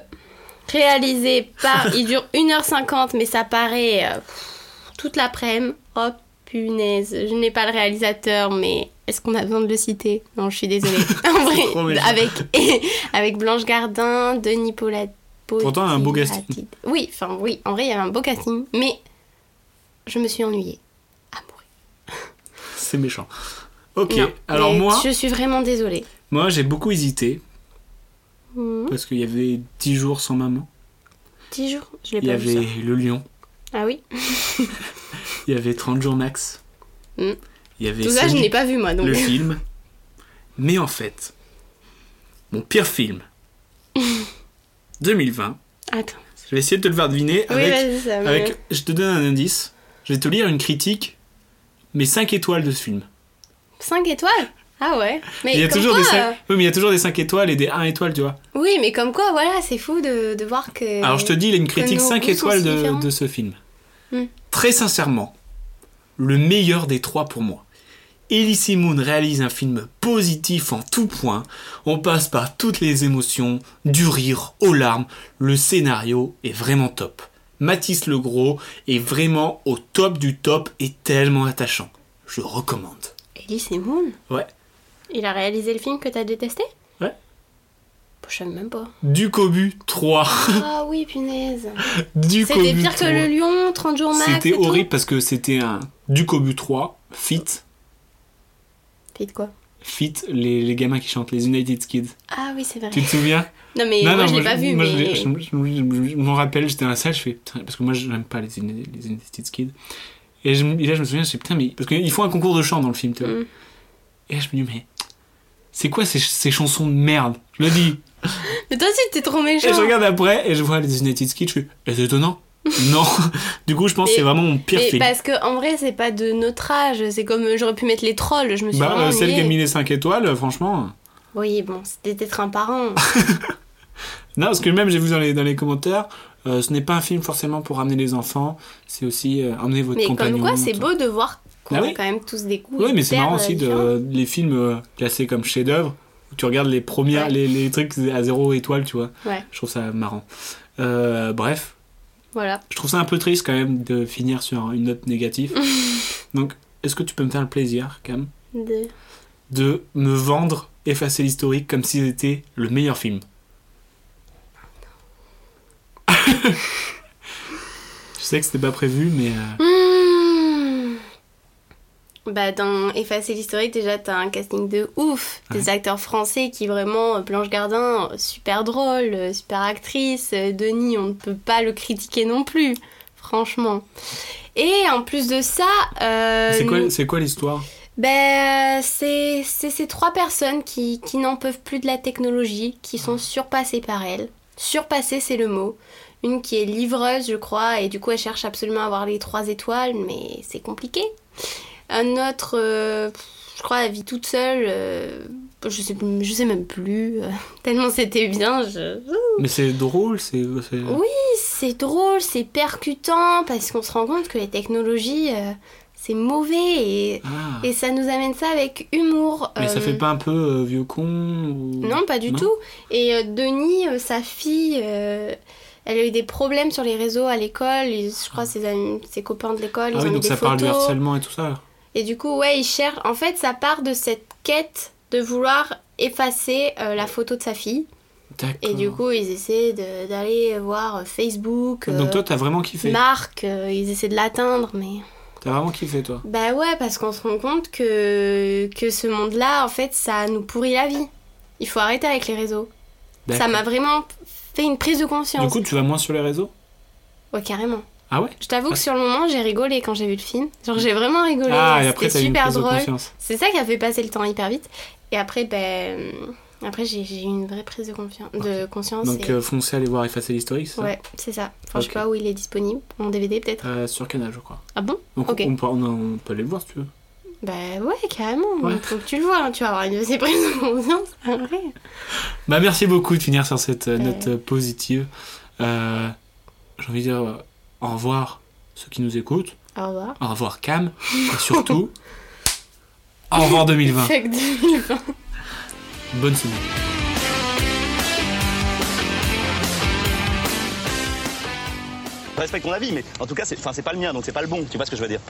réalisé par il dure 1h50 mais ça paraît euh, pff, toute l'après-midi. Oh punaise, je n'ai pas le réalisateur mais est-ce qu'on a besoin de le citer Non, je
[LAUGHS]
suis désolée. En vrai,
trop méchant.
avec [LAUGHS] avec Blanche Gardin, Denis Polat
Pourtant, un beau casting.
Potiratide. Oui, enfin oui, en vrai, il y avait un beau casting mais je me suis ennuyée. à mourir.
C'est méchant. Ok,
Non,
alors
mais
moi...
je suis vraiment désolée.
Moi, j'ai beaucoup hésité
Mhm.
parce qu'il y avait 10 jours sans maman.
10 jours, je l'ai
Il y
pas vu.
avait
ça.
le lion.
Ah oui.
Il y avait 30 jours max.
Mm.
Il y avait
Tout ça, je
Sonic,
n'ai pas vu moi donc.
le film. Mais en fait, mon pire
[LAUGHS]
film 2020,
Attends.
je vais essayer de te le faire deviner
oui,
avec,
vas-y, ça me-
avec- Je te donne un indice. Je vais te lire une critique, mais 5 étoiles de ce film.
5 étoiles Ah ouais. Mais
il y a
comme
toujours
quoi,
des cinq-
euh,
Oui, mais il y a toujours des 5 étoiles et des 1 étoile, tu vois.
Oui, mais comme quoi, voilà, c'est fou de, de voir que.
Alors je te dis, il a une critique
nos
5
goûts sont
étoiles
si
de,
différents.
de ce film.
Hmm.
Très sincèrement, le meilleur des trois pour moi. Elise Moon réalise un film positif en tout point. On passe par toutes les émotions, du rire aux larmes. Le scénario est vraiment top. Mathis Legros est vraiment au top du top et tellement attachant. Je recommande.
Ellie Moon
Ouais.
Il a réalisé le film que t'as détesté
Ouais.
Je savais
[LAUGHS]
même pas.
Du Cobu 3.
Ah oui, punaise.
Du
C'était
Cobu
pire que
3.
le lion, 30 jours max. et
C'était
tout.
horrible parce que c'était un Ducobu 3 fit
Faites quoi
fit les, les gamins qui chantent les United Kids.
Ah oui, c'est vrai.
Tu te
[LAUGHS]
souviens
Non, mais moi, je l'ai pas vu,
moi, je
mais.
l'ai- je, je- je- je m'en rappelle, j'étais dans la salle, je fais putain, parce que moi j'aime pas les, Uni- les United Kids. Et, je- et là je me souviens, je fais putain, mais parce qu'ils font un concours de chant dans le film, tu vois.
Mm.
Et là je me dis, mais c'est quoi ces, ces chansons de merde Je le dis,
Mais toi aussi, t'es trop méchant.
Et je regarde après et je vois les United Skits, je suis, Eh, c'est étonnant. non. [LAUGHS] Du coup, je pense que c'est
Mais-
vraiment mon pire
Mais
film.
parce que en vrai, c'est pas de notre âge. C'est comme euh, j'aurais pu mettre les trolls. Je me suis
Bah,
vraiment
euh, celle qui a
ennuyée.
mis les 5 étoiles, euh, franchement.
Oui, bon, c'était peut-être un parent.
Non, parce que même, j'ai vu dans les, dans les commentaires, euh, ce n'est pas un film forcément pour ramener les enfants, c'est aussi euh, emmener votre
mais
compagnon.
comme quoi, c'est beau de voir qu'on
Ah
a
oui.
quand même tous des goûts.
Oui, mais c'est
hyper,
marrant
euh,
aussi de,
différents.
les films euh, classés comme chefs-d'œuvre, où tu regardes les premières,
Ouais.
les, les trucs à zéro étoile, tu vois.
Ouais.
Je trouve ça marrant. Euh, bref,
Voilà.
je trouve ça un peu triste quand même de finir sur une note
[LAUGHS]
négative. Donc, est-ce que tu peux me faire le plaisir, Cam,
De-
de me vendre effacer l'historique comme si c'était le meilleur film [LAUGHS] Je sais que c'était pas prévu, mais euh,
Hmm. Bah, dans Effacer l'historique, déjà, t'as un casting de ouf. Des acteurs français qui vraiment, euh, Blanche Gardin, euh, super drôle, euh, super actrice. euh, Denis, on ne peut pas le critiquer non plus, franchement. Et en plus de ça. euh,
c'est quoi, c'est quoi l'histoire
Ben, euh, c'est c'est ces trois personnes qui, qui n'en peuvent plus de la technologie, qui sont surpassées par elle. Surpassées, c'est le mot. Une qui est livreuse, je crois, et du coup, elle cherche absolument à avoir les trois étoiles, mais c'est compliqué. Un autre, euh, je crois, elle vit toute seule. euh, je, sais, je sais même plus. euh, [LAUGHS] tellement c'était bien. Je...
Mais c'est drôle, c'est. c'est-
Oui. C'est drôle, c'est percutant, parce qu'on se rend compte que les technologies, euh, c'est mauvais et
Ah.
et ça nous amène ça avec humour.
Mais ça
euh,
fait pas un peu euh, vieux con ou-
Non, pas du
Non.
tout. Et euh, Denis, euh, sa fille, euh, elle a eu des problèmes sur les réseaux à l'école. Ils- Je crois ses, amis- ses copains de l'école,
Ah
ils
oui,
ont mis
donc
des
ça
photos.
parle du harcèlement et tout ça.
Et du coup, ouais, il cherche. En fait, ça part de cette quête de vouloir effacer euh, la photo de sa fille.
D'accord.
Et du coup, ils essaient de- d'aller voir Facebook, euh,
Donc toi, t'as vraiment kiffé.
Marc. euh, ils essaient de l'atteindre, mais.
T'as vraiment kiffé, toi.
Bah ouais, parce qu'on se rend compte que, que ce monde-là, en fait, ça nous pourrit la vie. Il faut arrêter avec les réseaux. Ça
D'accord.
m'a vraiment fait une prise de conscience.
Du coup, tu vas moins sur les réseaux
ouais, carrément.
Ah ouais
Je t'avoue que sur le moment, j'ai rigolé quand j'ai vu le film. Genre, j'ai vraiment rigolé.
Ah, et
C'était
après, t'as eu une
super
prise de
drôle.
conscience.
C'est ça qui a fait passer le temps hyper vite. Et après, ben. euh, Après, j'ai j'ai eu une vraie prise de, confiance de conscience.
Donc
et-
euh, foncez aller voir Effacer l'historique, c'est ça
Ouais, c'est ça. Enfin, je sais
Ok.
pas où il est disponible. En DVD, peut-être.
Euh, Sur Canal, je crois.
Ah bon
Donc
Ok.
on, peut, on, on peut aller le voir si tu veux.
Bah ouais, carrément.
Ouais.
Faut que tu le vois. hein. Tu vas avoir une de ces prises de
[LAUGHS]
conscience. Ah, ouais.
Bah merci beaucoup de finir sur cette euh,
Ouais.
note euh, positive. Euh, J'ai envie de dire euh, au revoir ceux qui nous écoutent,
Au revoir.
au revoir Cam, et
[LAUGHS]
surtout au revoir 2020.
Fuck 2020.
Bonne semaine.
Je respecte ton avis, mais en tout cas, c'est enfin, c'est pas le mien, donc c'est pas le bon. Tu vois ce que je veux dire